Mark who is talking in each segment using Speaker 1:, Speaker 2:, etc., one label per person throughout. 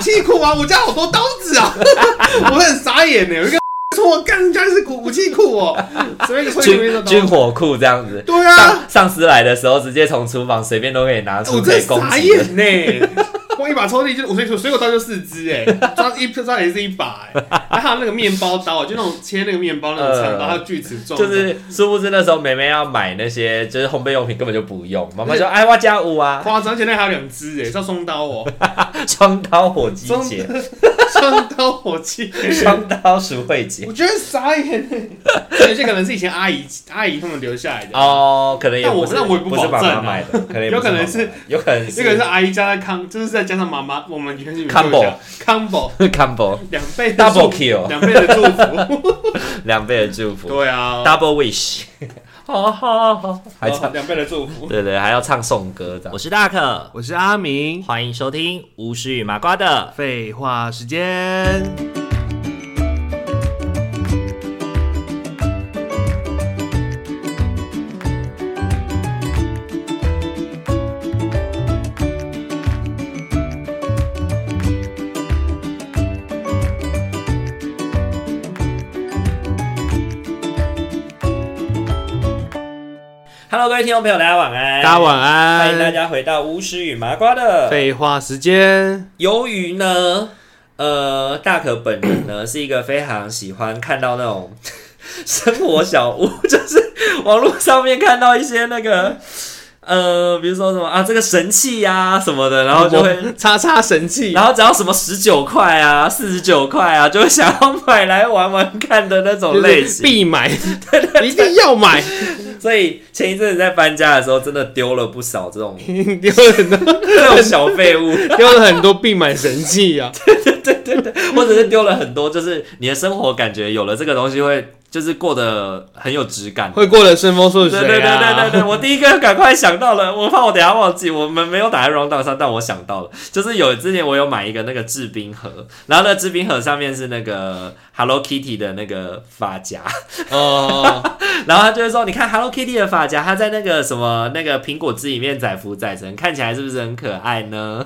Speaker 1: 器库啊，我家好多刀子啊， 我很傻眼呢。我就跟 说，我干人家是武武器库哦，随便推里面的刀
Speaker 2: 军
Speaker 1: 子
Speaker 2: 军。火库这样子。
Speaker 1: 对啊，
Speaker 2: 上上司来的时候，直接从厨房随便都可以拿
Speaker 1: 我
Speaker 2: 出可
Speaker 1: 真
Speaker 2: 以攻
Speaker 1: 傻
Speaker 2: 击的。
Speaker 1: 眼呢。光一把抽屉就我所以所以我刀就四支哎，抓一抓也是一把哎，还有那个面包刀，啊就那种切那个面包那种长刀，
Speaker 2: 呃
Speaker 1: 还有锯齿状的，
Speaker 2: 就是殊不知那时候妹妹要买那些就是烘焙用品根本就不用，妈妈说哎我加五啊，
Speaker 1: 夸张，而且那还有两只哎，是要双刀哦，
Speaker 2: 双刀火鸡节，
Speaker 1: 双刀火器。
Speaker 2: 双刀鼠会节。
Speaker 1: 我觉得傻眼 欸，有些可能是以前阿姨阿姨他们留下来的，
Speaker 2: 哦，可能也
Speaker 1: 但我
Speaker 2: 不是，
Speaker 1: 那我也不
Speaker 2: 不是
Speaker 1: 保
Speaker 2: 爸
Speaker 1: 证
Speaker 2: 妈
Speaker 1: 啊
Speaker 2: 买的，可能也不
Speaker 1: 有可能
Speaker 2: 爸妈
Speaker 1: 是
Speaker 2: 买的，有可能
Speaker 1: 这个是啊阿姨加上康，就是再加上妈妈，我们原先
Speaker 2: Combo
Speaker 1: combo
Speaker 2: combo
Speaker 1: 两倍的祝
Speaker 2: double
Speaker 1: 福
Speaker 2: kill
Speaker 1: 两倍的祝福，
Speaker 2: 两倍的祝福
Speaker 1: 对 啊，
Speaker 2: double wish，好好好，还唱
Speaker 1: 两倍的祝福。
Speaker 2: 对对，还要唱颂歌的。我是大可，
Speaker 1: 我是阿明，
Speaker 2: 欢迎收听巫师与麻瓜的。
Speaker 1: 废话时间。
Speaker 2: Hello，各位听众朋友，大家晚安，
Speaker 1: 大家晚安，
Speaker 2: 欢迎大。家回到巫师与麻瓜的。
Speaker 1: 废话时间，
Speaker 2: 由于呢，呃，大可本人呢是一个非常喜欢看到那种 生活小屋， 就是网络上面看到一些那个。呃，比如说什么啊，这个神器呀、什么的，然后就会，
Speaker 1: 叉叉神器，
Speaker 2: 然后只要什么十九块啊、四十九块啊，就会想要买来玩玩看的那种类
Speaker 1: 就是
Speaker 2: 型。
Speaker 1: 必买，一定要买，
Speaker 2: 所以前一阵子在搬家的时候，真的丢了不少这 种
Speaker 1: 丢了很多，
Speaker 2: 这种小废物，
Speaker 1: 丢了很多必买神器啊。
Speaker 2: 或者是丢了很多，就是你的生活感觉有了这个东西会。就是过得很有质感，
Speaker 1: 会过了顺风顺水啊！
Speaker 2: 对对对对对 对，我第一个赶快想到了，我怕我等一下忘记，我们没有打在 round down 上，但我想到了，就是有之前我有买一个那个制冰盒，然后那制冰盒上面是那个 Hello Kitty 的那个发夹，
Speaker 1: 哦，
Speaker 2: 然后他就会说，你看 Hello Kitty 的发夹，它在那个什么那个苹果汁里面载浮载沉，看起来是不是很可爱呢？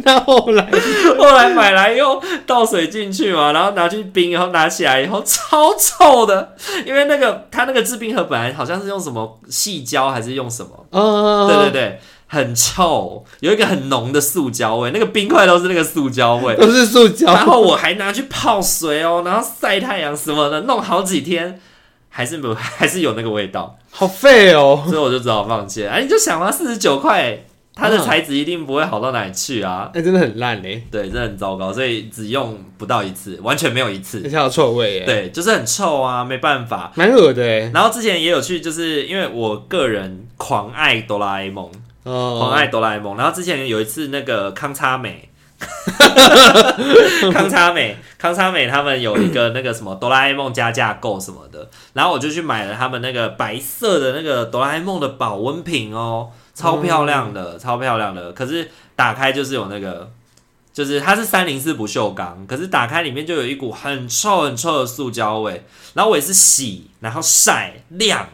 Speaker 1: 那后来
Speaker 2: 后来买来又倒水进去嘛，然后拿去冰，然后拿起来以后超臭的，因为那个它那个制冰盒本来好像是用什么细胶还是用什么，
Speaker 1: 哦，
Speaker 2: 对对对，很臭，有一个很浓的塑胶味，那个冰块都是那个塑胶味。
Speaker 1: 都是塑胶
Speaker 2: 然，后我还拿去泡水哦，然后晒太阳什么的，弄好几天，还是没有， 还是有那个味道，
Speaker 1: 好废哦。
Speaker 2: 所以我就只好放弃了。哎，你就想嘛，四十九块，它的
Speaker 1: 嗯
Speaker 2: 材质一定不会好到哪里去啊。
Speaker 1: 哎那、真的很烂欸嘞，
Speaker 2: 对，真的很糟糕，所以只用不到一次，完全没有一
Speaker 1: 而
Speaker 2: 次。
Speaker 1: 且还有臭味耶，
Speaker 2: 对，就是很臭啊，没办法。
Speaker 1: 蛮恶的哎。
Speaker 2: 然后之前也有去，就是因为我个人狂爱哆啦 A 梦，
Speaker 1: 哦，
Speaker 2: 狂爱哆啦 A 梦。然后之前有一次那个康差美，康差美，康差美他们有一个那个什么哆啦 A 梦加价购什么的，然后我就去买了他们那个白色的那个哆啦 A 梦的保温瓶哦，超漂亮的，超漂亮的。可是打开就是有那个。就是它是三零四不锈钢，可是打开里面就有一股很臭很臭的塑胶味，然后我也是洗，然后晒晾，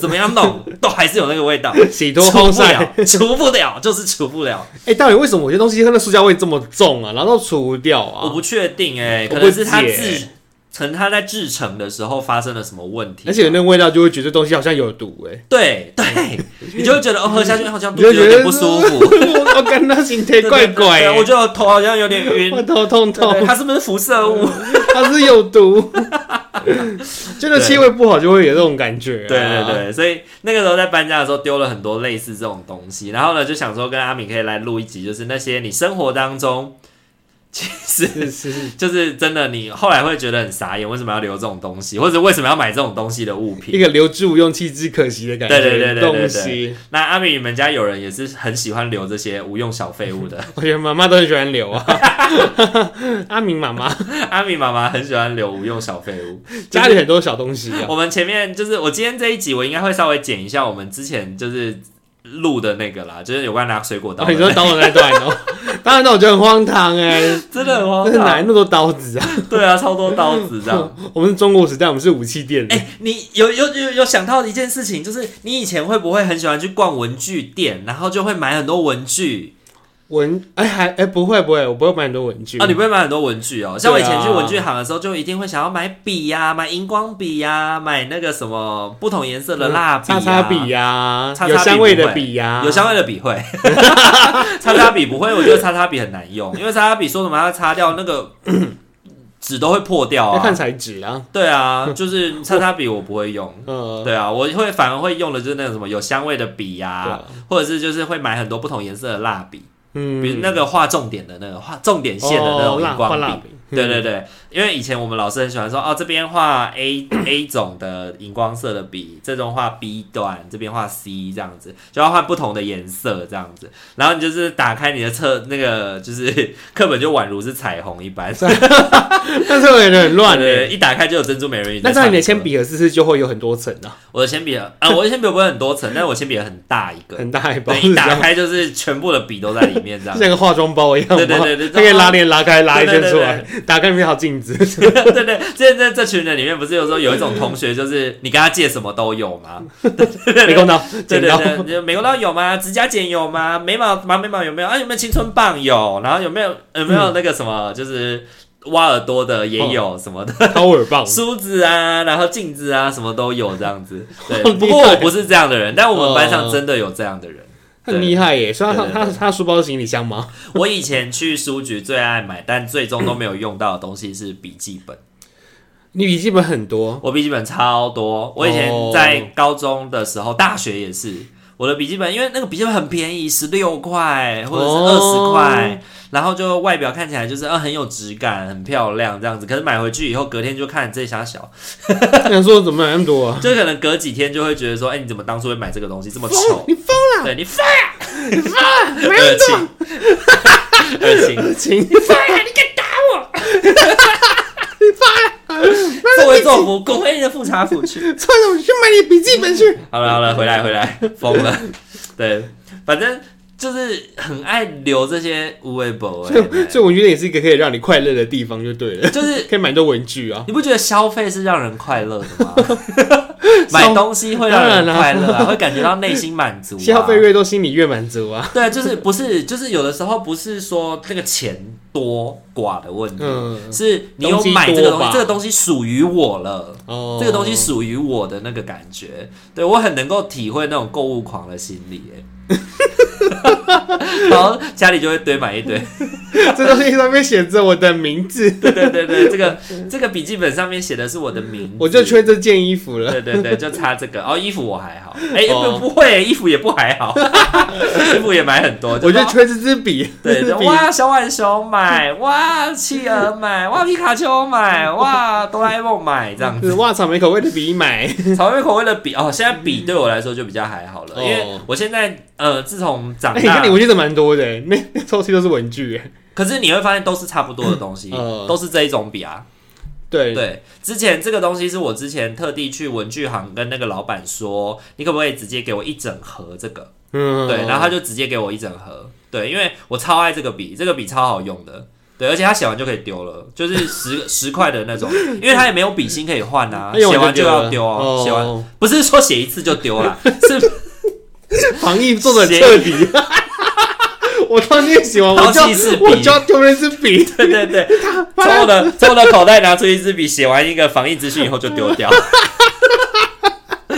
Speaker 2: 怎么样弄都还是有那个味道。
Speaker 1: 洗脱烘晒。哎、
Speaker 2: 除不了，除不了，就是除不了。
Speaker 1: 到底为什么我觉得东西它那塑胶味这么重啊？然后除掉啊？
Speaker 2: 我不确定哎、
Speaker 1: 我
Speaker 2: 可
Speaker 1: 不
Speaker 2: 能是它
Speaker 1: 解
Speaker 2: 制，可能它在制成的时候发生了什么问题。
Speaker 1: 而且有那个味道就会觉得东西好像有毒 哎。
Speaker 2: 对对， 你就会觉得哦，喝下去好像
Speaker 1: 你
Speaker 2: 肚
Speaker 1: 就
Speaker 2: 子
Speaker 1: 觉
Speaker 2: 有
Speaker 1: 得
Speaker 2: 点不舒服，
Speaker 1: 我我跟那形态
Speaker 2: 对
Speaker 1: 怪
Speaker 2: 对对
Speaker 1: 怪
Speaker 2: 对
Speaker 1: 欸，
Speaker 2: 我就头好像有点晕。
Speaker 1: 我
Speaker 2: 对
Speaker 1: 头痛
Speaker 2: 对
Speaker 1: 痛，
Speaker 2: 它是不是辐射物？
Speaker 1: 它是有 毒。真的气味不好就会有这种感觉、啊。
Speaker 2: 对对对，所以那个时候在搬家的时候丢了很多类似这种东西，然后呢就想说跟阿敏可以来录一集，就是那些你生活当中其实
Speaker 1: 对，是是
Speaker 2: 就是真的，你后来会觉得很傻眼，为什么要留这种东西，或者为什么要买这种东西的物
Speaker 1: 一
Speaker 2: 品？
Speaker 1: 个留之无用弃之可惜的感觉。
Speaker 2: 对对对对对对
Speaker 1: 东西，
Speaker 2: 那阿米，你们家有人也是很喜欢留这些无用小废物 的。
Speaker 1: 我觉得妈妈都很喜欢 留啊。阿明妈妈
Speaker 2: 阿米妈妈很喜欢留无用小废物，
Speaker 1: 家里很多小东西啊。
Speaker 2: 我们前面就是我今天这一集，我应该会稍微剪一下我们之前就是录的那个啦，就是有关拿水果刀
Speaker 1: 哦，
Speaker 2: 的
Speaker 1: 你说刀的那段哦， 当然那我觉得很荒唐哎、
Speaker 2: 真的很荒
Speaker 1: 但是哪来
Speaker 2: 唐。
Speaker 1: 那么多刀子啊？
Speaker 2: 对啊，超多刀子这样。
Speaker 1: 我们是中国时代，我们是武器店的
Speaker 2: 哎、你有有有有想到一件事情，就是你以前会不会很喜欢去逛文具店，然后就会买很多文具？
Speaker 1: 文哎还哎不会不会，我不会买很多文具
Speaker 2: 啊，你不会买很多文具哦。像我以前
Speaker 1: 嗯
Speaker 2: 去
Speaker 1: 对啊
Speaker 2: 文具行的时候，就一定会想要买笔呀、买荧光笔呀、买那个什么不同颜色的蜡笔、
Speaker 1: 叉
Speaker 2: 啊、
Speaker 1: 叉嗯笔呀
Speaker 2: 叉叉，笔
Speaker 1: 有香味
Speaker 2: 不
Speaker 1: 的
Speaker 2: 会
Speaker 1: 笔啊呀，
Speaker 2: 有相关的笔会， 擦擦笔不会，我觉得擦擦笔很难用，因为擦擦笔说什么要擦掉那个 纸都会破掉
Speaker 1: 要看
Speaker 2: 啊。
Speaker 1: 材质啊，
Speaker 2: 对啊，就是擦擦笔我不会用。
Speaker 1: 嗯，
Speaker 2: 对啊，我会反而会用的就是那种什么有香味的笔呀、
Speaker 1: 对啊
Speaker 2: 或者是就是会买很多不同颜色的蜡笔，
Speaker 1: 嗯，
Speaker 2: 比如那个画重点的那个画重点线的那种
Speaker 1: 哦蜡
Speaker 2: 荧光
Speaker 1: 画
Speaker 2: 笔。
Speaker 1: 蜡笔，
Speaker 2: 对对对，因为以前我们老师很喜欢说，哦，这边画 A A 种的荧光色的笔，这种画 B 段，这边画 C 这样子，就要换不同的颜色这样子。然后你就是打开你的册，那个就是 课本就宛如是彩虹 一般，
Speaker 1: 嗯，但是我觉得很乱
Speaker 2: 对，
Speaker 1: 嘞。
Speaker 2: 一打开就有珍珠美人鱼。
Speaker 1: 那这样你的铅，笔盒是不是就会有很多层啊？
Speaker 2: 我的铅笔盒，啊，我的铅笔盒不会很多层，但是我铅笔盒很大一个，
Speaker 1: 很大一包，
Speaker 2: 对，
Speaker 1: 是
Speaker 2: 一
Speaker 1: 这
Speaker 2: 打
Speaker 1: 样
Speaker 2: 开就是全部的笔都在里面这样
Speaker 1: 就。像个化妆包一样吗？
Speaker 2: 对对对对
Speaker 1: 它可以拉链拉开，拉一圈
Speaker 2: 对对
Speaker 1: 出来，打开里面还有镜子。
Speaker 2: 对对，这这这群人里面不是有时候有一种同学，就是你跟他借什么都有吗？
Speaker 1: 没空到
Speaker 2: 对
Speaker 1: 剪
Speaker 2: 对
Speaker 1: 刀，
Speaker 2: 对，就美国刀有吗？指甲剪有吗？眉毛拔眉毛有没有？啊，有没有青春棒有？然后有没有有没有那个什么，就是挖耳朵的也有
Speaker 1: 嗯
Speaker 2: 什么的，
Speaker 1: 掏耳棒，
Speaker 2: 梳子啊，然后镜子啊，什么都有这 样子。对
Speaker 1: 好，厉害嗯
Speaker 2: 不过我不是这样的人，但我们班上真的有这样的人。
Speaker 1: 很厉害耶！所以他
Speaker 2: 对对
Speaker 1: 他
Speaker 2: 对
Speaker 1: 他书包是行李箱吗？
Speaker 2: 我以前去书局最爱买，但最终都没有用到的东西是笔记本。
Speaker 1: 你笔记本很 多，
Speaker 2: 我笔记本超多，我以前
Speaker 1: 哦
Speaker 2: 在高中的时候，大学也是，我的笔记本，因为那个笔记本很便宜，十六块或者是二
Speaker 1: 哦
Speaker 2: 十块，然后就外表看起来就是呃很有质感，很漂亮这样子。可是买回去以后，隔天就看这傻小，
Speaker 1: 想说怎么买那么多啊？
Speaker 2: 就可能隔几天就会觉得说，哎、你怎么当初会买这个东西这么丑？
Speaker 1: 你 疯
Speaker 2: 了！对你疯了！你疯了！二亲， 二亲，
Speaker 1: 了，亲，
Speaker 2: 作为作福，公会的复查府去。
Speaker 1: 穿什么去买你笔记本去？
Speaker 2: 好了好了，回来 回来，疯了。对，反正就是很爱留这些无微博
Speaker 1: 所以，
Speaker 2: 哎，
Speaker 1: 所以我觉得也是一个可以让你快乐的地方，就对了，
Speaker 2: 就是
Speaker 1: 可以买很多文具啊。
Speaker 2: 你不觉得消费是让人快乐 的吗？买东西会让
Speaker 1: 当然
Speaker 2: 人
Speaker 1: 啦
Speaker 2: 快乐啊，会感觉到内心满足、啊。
Speaker 1: 消费越多，心里越满足啊。
Speaker 2: 对，就是不是就是有的时候不是说那个钱多寡的问题，
Speaker 1: 嗯
Speaker 2: 是你有
Speaker 1: 东西
Speaker 2: 买这
Speaker 1: 多
Speaker 2: 个东西
Speaker 1: 吧，
Speaker 2: 这个东西属于我了。
Speaker 1: 哦
Speaker 2: 这个东西属于我的那个感觉，对我很能够体会那种购物狂的心理。 哎然后家里就会堆满一堆，
Speaker 1: 这东西上面写着我的名字，
Speaker 2: 对对对对，这个这个笔记本上面写的是我的名字，
Speaker 1: 嗯我就缺这件衣服了。
Speaker 2: 对对对，就差这个哦，衣服我还好，哎、
Speaker 1: 哦
Speaker 2: 不不会，衣服也不还好， 衣服也买很多，
Speaker 1: 我就
Speaker 2: 说
Speaker 1: 缺这支笔，
Speaker 2: 对
Speaker 1: 这
Speaker 2: 对
Speaker 1: 支笔
Speaker 2: 哇，小浣熊买，哇，企鹅买，哇，皮卡丘买，哇，哆啦 A 梦买这样子。
Speaker 1: 是哇，草莓口味的笔买，
Speaker 2: 草莓口味的笔哦，现在笔对我来说就比较还好了，
Speaker 1: 哦
Speaker 2: 因为我现在呃，自从长
Speaker 1: 哎，你
Speaker 2: 大
Speaker 1: 看你，文具真的蛮多的，那那抽屉都是文具，哎
Speaker 2: 可是你会发现都是差不多的东西，
Speaker 1: 嗯
Speaker 2: 都是这一种笔啊。
Speaker 1: 对
Speaker 2: 对，之前这个东西是我之前特地去文具行跟那个老板说，你可不可以直接给我一整盒这个？
Speaker 1: 嗯，
Speaker 2: 对，然后他就直接给我一整盒，对，因为我超爱这个笔，这个笔超好用的。对，而且它写完就可以丢了，就是十 十块的那种，因为它也没有笔芯可以换啊，
Speaker 1: 他用
Speaker 2: 写完就要丢
Speaker 1: 了
Speaker 2: 哦，写完
Speaker 1: 哦
Speaker 2: 不是说写一次就丢啦，是
Speaker 1: 防疫做的彻底。 我当天写完，我就
Speaker 2: 抛弃式笔
Speaker 1: 我就要丢那支笔，
Speaker 2: 对对对， 从我的 从我的口袋拿出一支笔，写完一个防疫资讯以后就丢掉，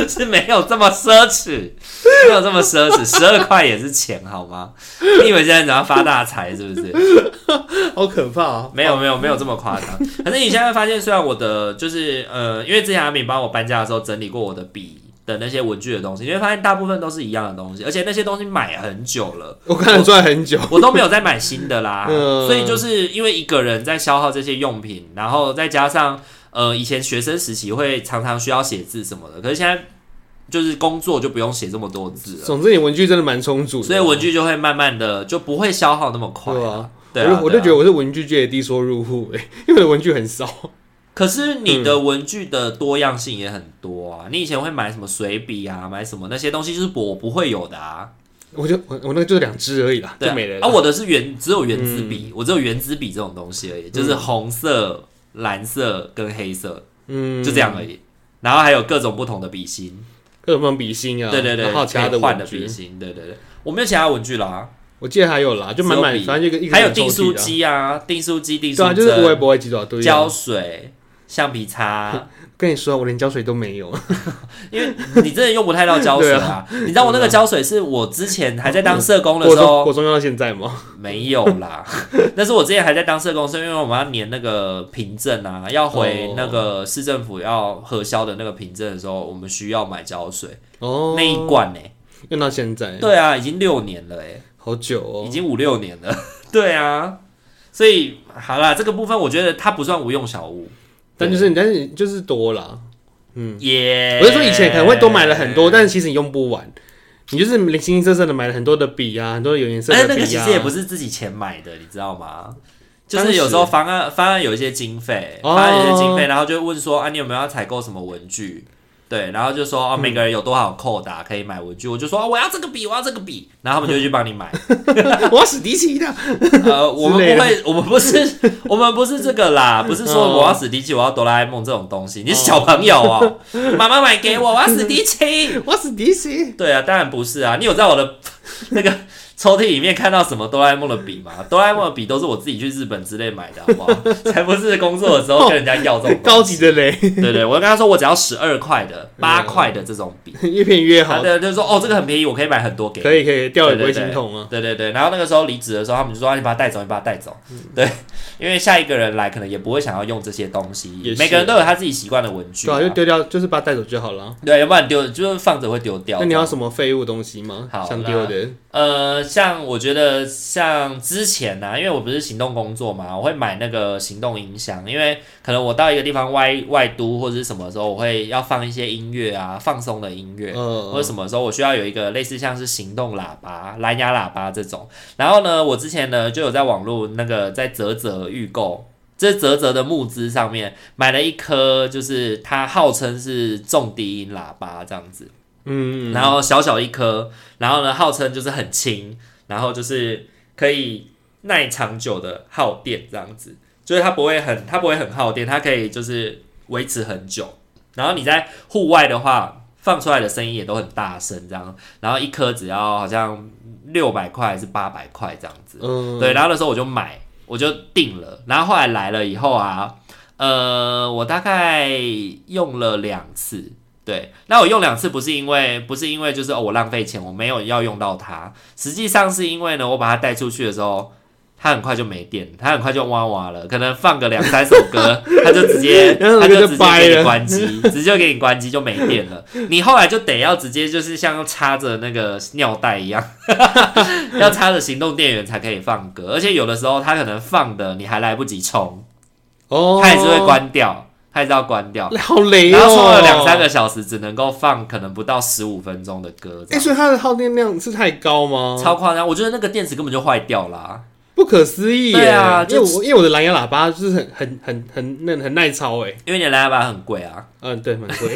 Speaker 2: 是没有这么奢侈，没有这么奢侈，十二块也是钱好吗？你以为现在只要发大财是不是？
Speaker 1: 好可怕啊！
Speaker 2: 没有没有没有这么夸张。可是你现在会发现，虽然我的就是呃，因为之前阿敏帮我搬家的时候整理过我的笔。的那些文具的东西，你会发现大部分都是一样的东西，而且那些东西买很久了，
Speaker 1: 我看了出来很久，
Speaker 2: 我都没有再买新的啦，
Speaker 1: 嗯
Speaker 2: 所以就是因为一个人在消耗这些用品，然后再加上呃以前学生时期会常常需要写字什么的，可是现在就是工作就不用写这么多字了，
Speaker 1: 总之你文具真的蛮充足的，
Speaker 2: 所以文具就会慢慢的就不会消耗那么快
Speaker 1: 嗯对
Speaker 2: 了
Speaker 1: 啊。
Speaker 2: 对
Speaker 1: 我
Speaker 2: 啊，
Speaker 1: 就我就
Speaker 2: 对啊
Speaker 1: 觉得我是文具界的低收入户、欸， 因为我的文具很少。
Speaker 2: 可是你的文具的多样性也很多啊，你以前会买什么水笔啊，买什么那些东西，就是我不会有的啊。
Speaker 1: 我就我我那个就是两支而已啦，
Speaker 2: 对
Speaker 1: 就
Speaker 2: 啊
Speaker 1: 没了啦。嗯
Speaker 2: 啊，我的是圆，只有圆珠笔，我只有圆珠笔这种东西而已，就是红色、蓝色跟黑色，
Speaker 1: 嗯
Speaker 2: 就这样而已。然后还有各种不同的笔芯，
Speaker 1: 各种笔芯啊，
Speaker 2: 对对对，
Speaker 1: 然后其他
Speaker 2: 可以
Speaker 1: 的
Speaker 2: 换的
Speaker 1: 文具
Speaker 2: 笔芯，对对对，我没有其他文具啦。
Speaker 1: 我记得还有啦，就满满
Speaker 2: 只有笔
Speaker 1: 反正就一个
Speaker 2: 还有订
Speaker 1: 订
Speaker 2: 书
Speaker 1: 书，
Speaker 2: 机啊，订书机、订书
Speaker 1: 对啊，就是我也
Speaker 2: 针、
Speaker 1: 不会记多少对啊
Speaker 2: 胶水、橡皮擦，
Speaker 1: 跟你说，我连胶水都没有。
Speaker 2: 因为你真的用不太到胶水啊。你知道我那个胶水是我之前还在当
Speaker 1: 嗯
Speaker 2: 社工的
Speaker 1: 国
Speaker 2: 时
Speaker 1: 中
Speaker 2: 候
Speaker 1: 国中用到现在吗？
Speaker 2: 没有啦， 但是我之前还在当社工，是因为我们要粘那个凭证啊，要回那
Speaker 1: 哦
Speaker 2: 个市政府要核销的那个凭证的时候，我们需要买胶水
Speaker 1: 哦，
Speaker 2: 那一罐呢、欸
Speaker 1: 用到现在，
Speaker 2: 对啊，已经六年了哎、
Speaker 1: 好久
Speaker 2: 已
Speaker 1: 哦。
Speaker 2: 经五六年了。 对啊，所以好啦，这个部分我觉得它不算无用小物，
Speaker 1: 但就是你，但是你就是多啦。嗯，
Speaker 2: 也、
Speaker 1: 我是说以前可能会多买了很多，但是其实你用不完，你就是零形形色色的买了很多的笔啊，很多有颜色
Speaker 2: 哎，
Speaker 1: 的
Speaker 2: 那个
Speaker 1: 笔
Speaker 2: 其
Speaker 1: 啊。
Speaker 2: 实也不是自己钱买的，你知道吗？就
Speaker 1: 当
Speaker 2: 是
Speaker 1: 时
Speaker 2: 有时候方案方案有一些经费，
Speaker 1: 哦
Speaker 2: 方案有一些经费，然后就会问说啊，你有没有要采购什么文具？对，然后就说
Speaker 1: 嗯
Speaker 2: 哦，每个人有多少扣打可以买文具，我就说、哦我要这个笔，我要这个笔，然后他们就会去帮 你买。
Speaker 1: 我要史迪奇的。
Speaker 2: 呃，我们
Speaker 1: 之类
Speaker 2: 不
Speaker 1: 的嗯
Speaker 2: 会，我们不是， 我们不是这个啦，不是说我要史迪奇，我要哆啦 A 梦这种东西。你是小朋友 哦，妈妈买给我，我要史迪奇。
Speaker 1: 我史迪奇，
Speaker 2: 对啊，当然不是啊，你有在我的 那个抽屉里面看到什么哆啦 A 梦的笔吗？哆啦 A 梦的笔都是我自己去日本之类买的，好不 好？才不是工作的时候跟人家要这种
Speaker 1: 高
Speaker 2: 东西。
Speaker 1: 级的嘞，
Speaker 2: 对对，我跟他说我只要十二块的、八块的这种笔，
Speaker 1: 越便宜越
Speaker 2: 他
Speaker 1: 好。
Speaker 2: 的就说哦，这个很便宜，我可以买很多给你。
Speaker 1: 嗯可以可以，掉了也不会
Speaker 2: 对对对
Speaker 1: 心痛啊。
Speaker 2: 对对对，然后那个时候离职的时候，他们就说、啊、你把它带走，你把它带走。
Speaker 1: 嗯
Speaker 2: 对， 因为下一个人来可能也不会想要用这些东
Speaker 1: 也
Speaker 2: 西，
Speaker 1: 是
Speaker 2: 每个人都有他自己习惯的文具
Speaker 1: 对
Speaker 2: 啊、
Speaker 1: 啊，就丢掉，就是把它带走就好了。
Speaker 2: 对，要不然丢就是放着会丢掉。
Speaker 1: 那你要什么废物东西吗
Speaker 2: 好？
Speaker 1: 想丢的，
Speaker 2: 呃，像我觉得像之前呢、因为我不是行动工作嘛，我会买那个行动音箱，因为可能我到一个地方外外都或者是什么时候，我会要放一些音乐啊，放松的音乐。或者
Speaker 1: 嗯，
Speaker 2: 什么时候我需要有一个类似像是行动喇叭、蓝牙喇叭这种。然后呢，我之前呢就有在网络那个在泽泽预购，这泽泽的募资上面买了一颗，就是它号称是重低音喇叭这样子，
Speaker 1: 嗯，
Speaker 2: 然后小小一颗，然后呢号称就是很轻，然后就是可以耐长久的耗电这样子，就是它不会很它不会很耗电，它可以就是维持很久。然后你在户外的话，放出来的声音也都很大声这样，然后一颗只要好像六百块还是八百块这样子，
Speaker 1: 嗯，
Speaker 2: 对，然后那时候我就买，我就定了。然后后来来了以后啊，呃，我大概用了两次。对，那我用两次不是因为不是因为就是、哦、我浪费钱，我没有要用到它，实际上是因为呢，我把它带出去的时候，它很快就没电，它很快就哇哇了，可能放个两三首 歌，它就直接
Speaker 1: 然后
Speaker 2: 它
Speaker 1: 那个
Speaker 2: 就
Speaker 1: 就
Speaker 2: 直接
Speaker 1: 掰
Speaker 2: 给你
Speaker 1: 了
Speaker 2: 关机，直接给你关机就没电了。你后来就得要直接就是像插着那个尿袋一样。 要插着行动电源才可以放歌，而且有的时候它可能放的你还来不及充，
Speaker 1: 哦，
Speaker 2: 它也是会，关掉，它也是要关掉。
Speaker 1: 好雷哦，
Speaker 2: 然后充了两三个小时，只能够放可能不到十五分钟的歌，这
Speaker 1: 哎、
Speaker 2: 样
Speaker 1: 所以它的耗电量是太高吗？
Speaker 2: 超夸张。我觉得那个电池根本就坏掉啦、
Speaker 1: 不可思议耶！
Speaker 2: 对啊
Speaker 1: 因为
Speaker 2: 就
Speaker 1: 我因为我的蓝牙喇叭就是很很很很那很耐操哎，
Speaker 2: 因为你的蓝牙板很贵啊。
Speaker 1: 嗯，对，蛮贵。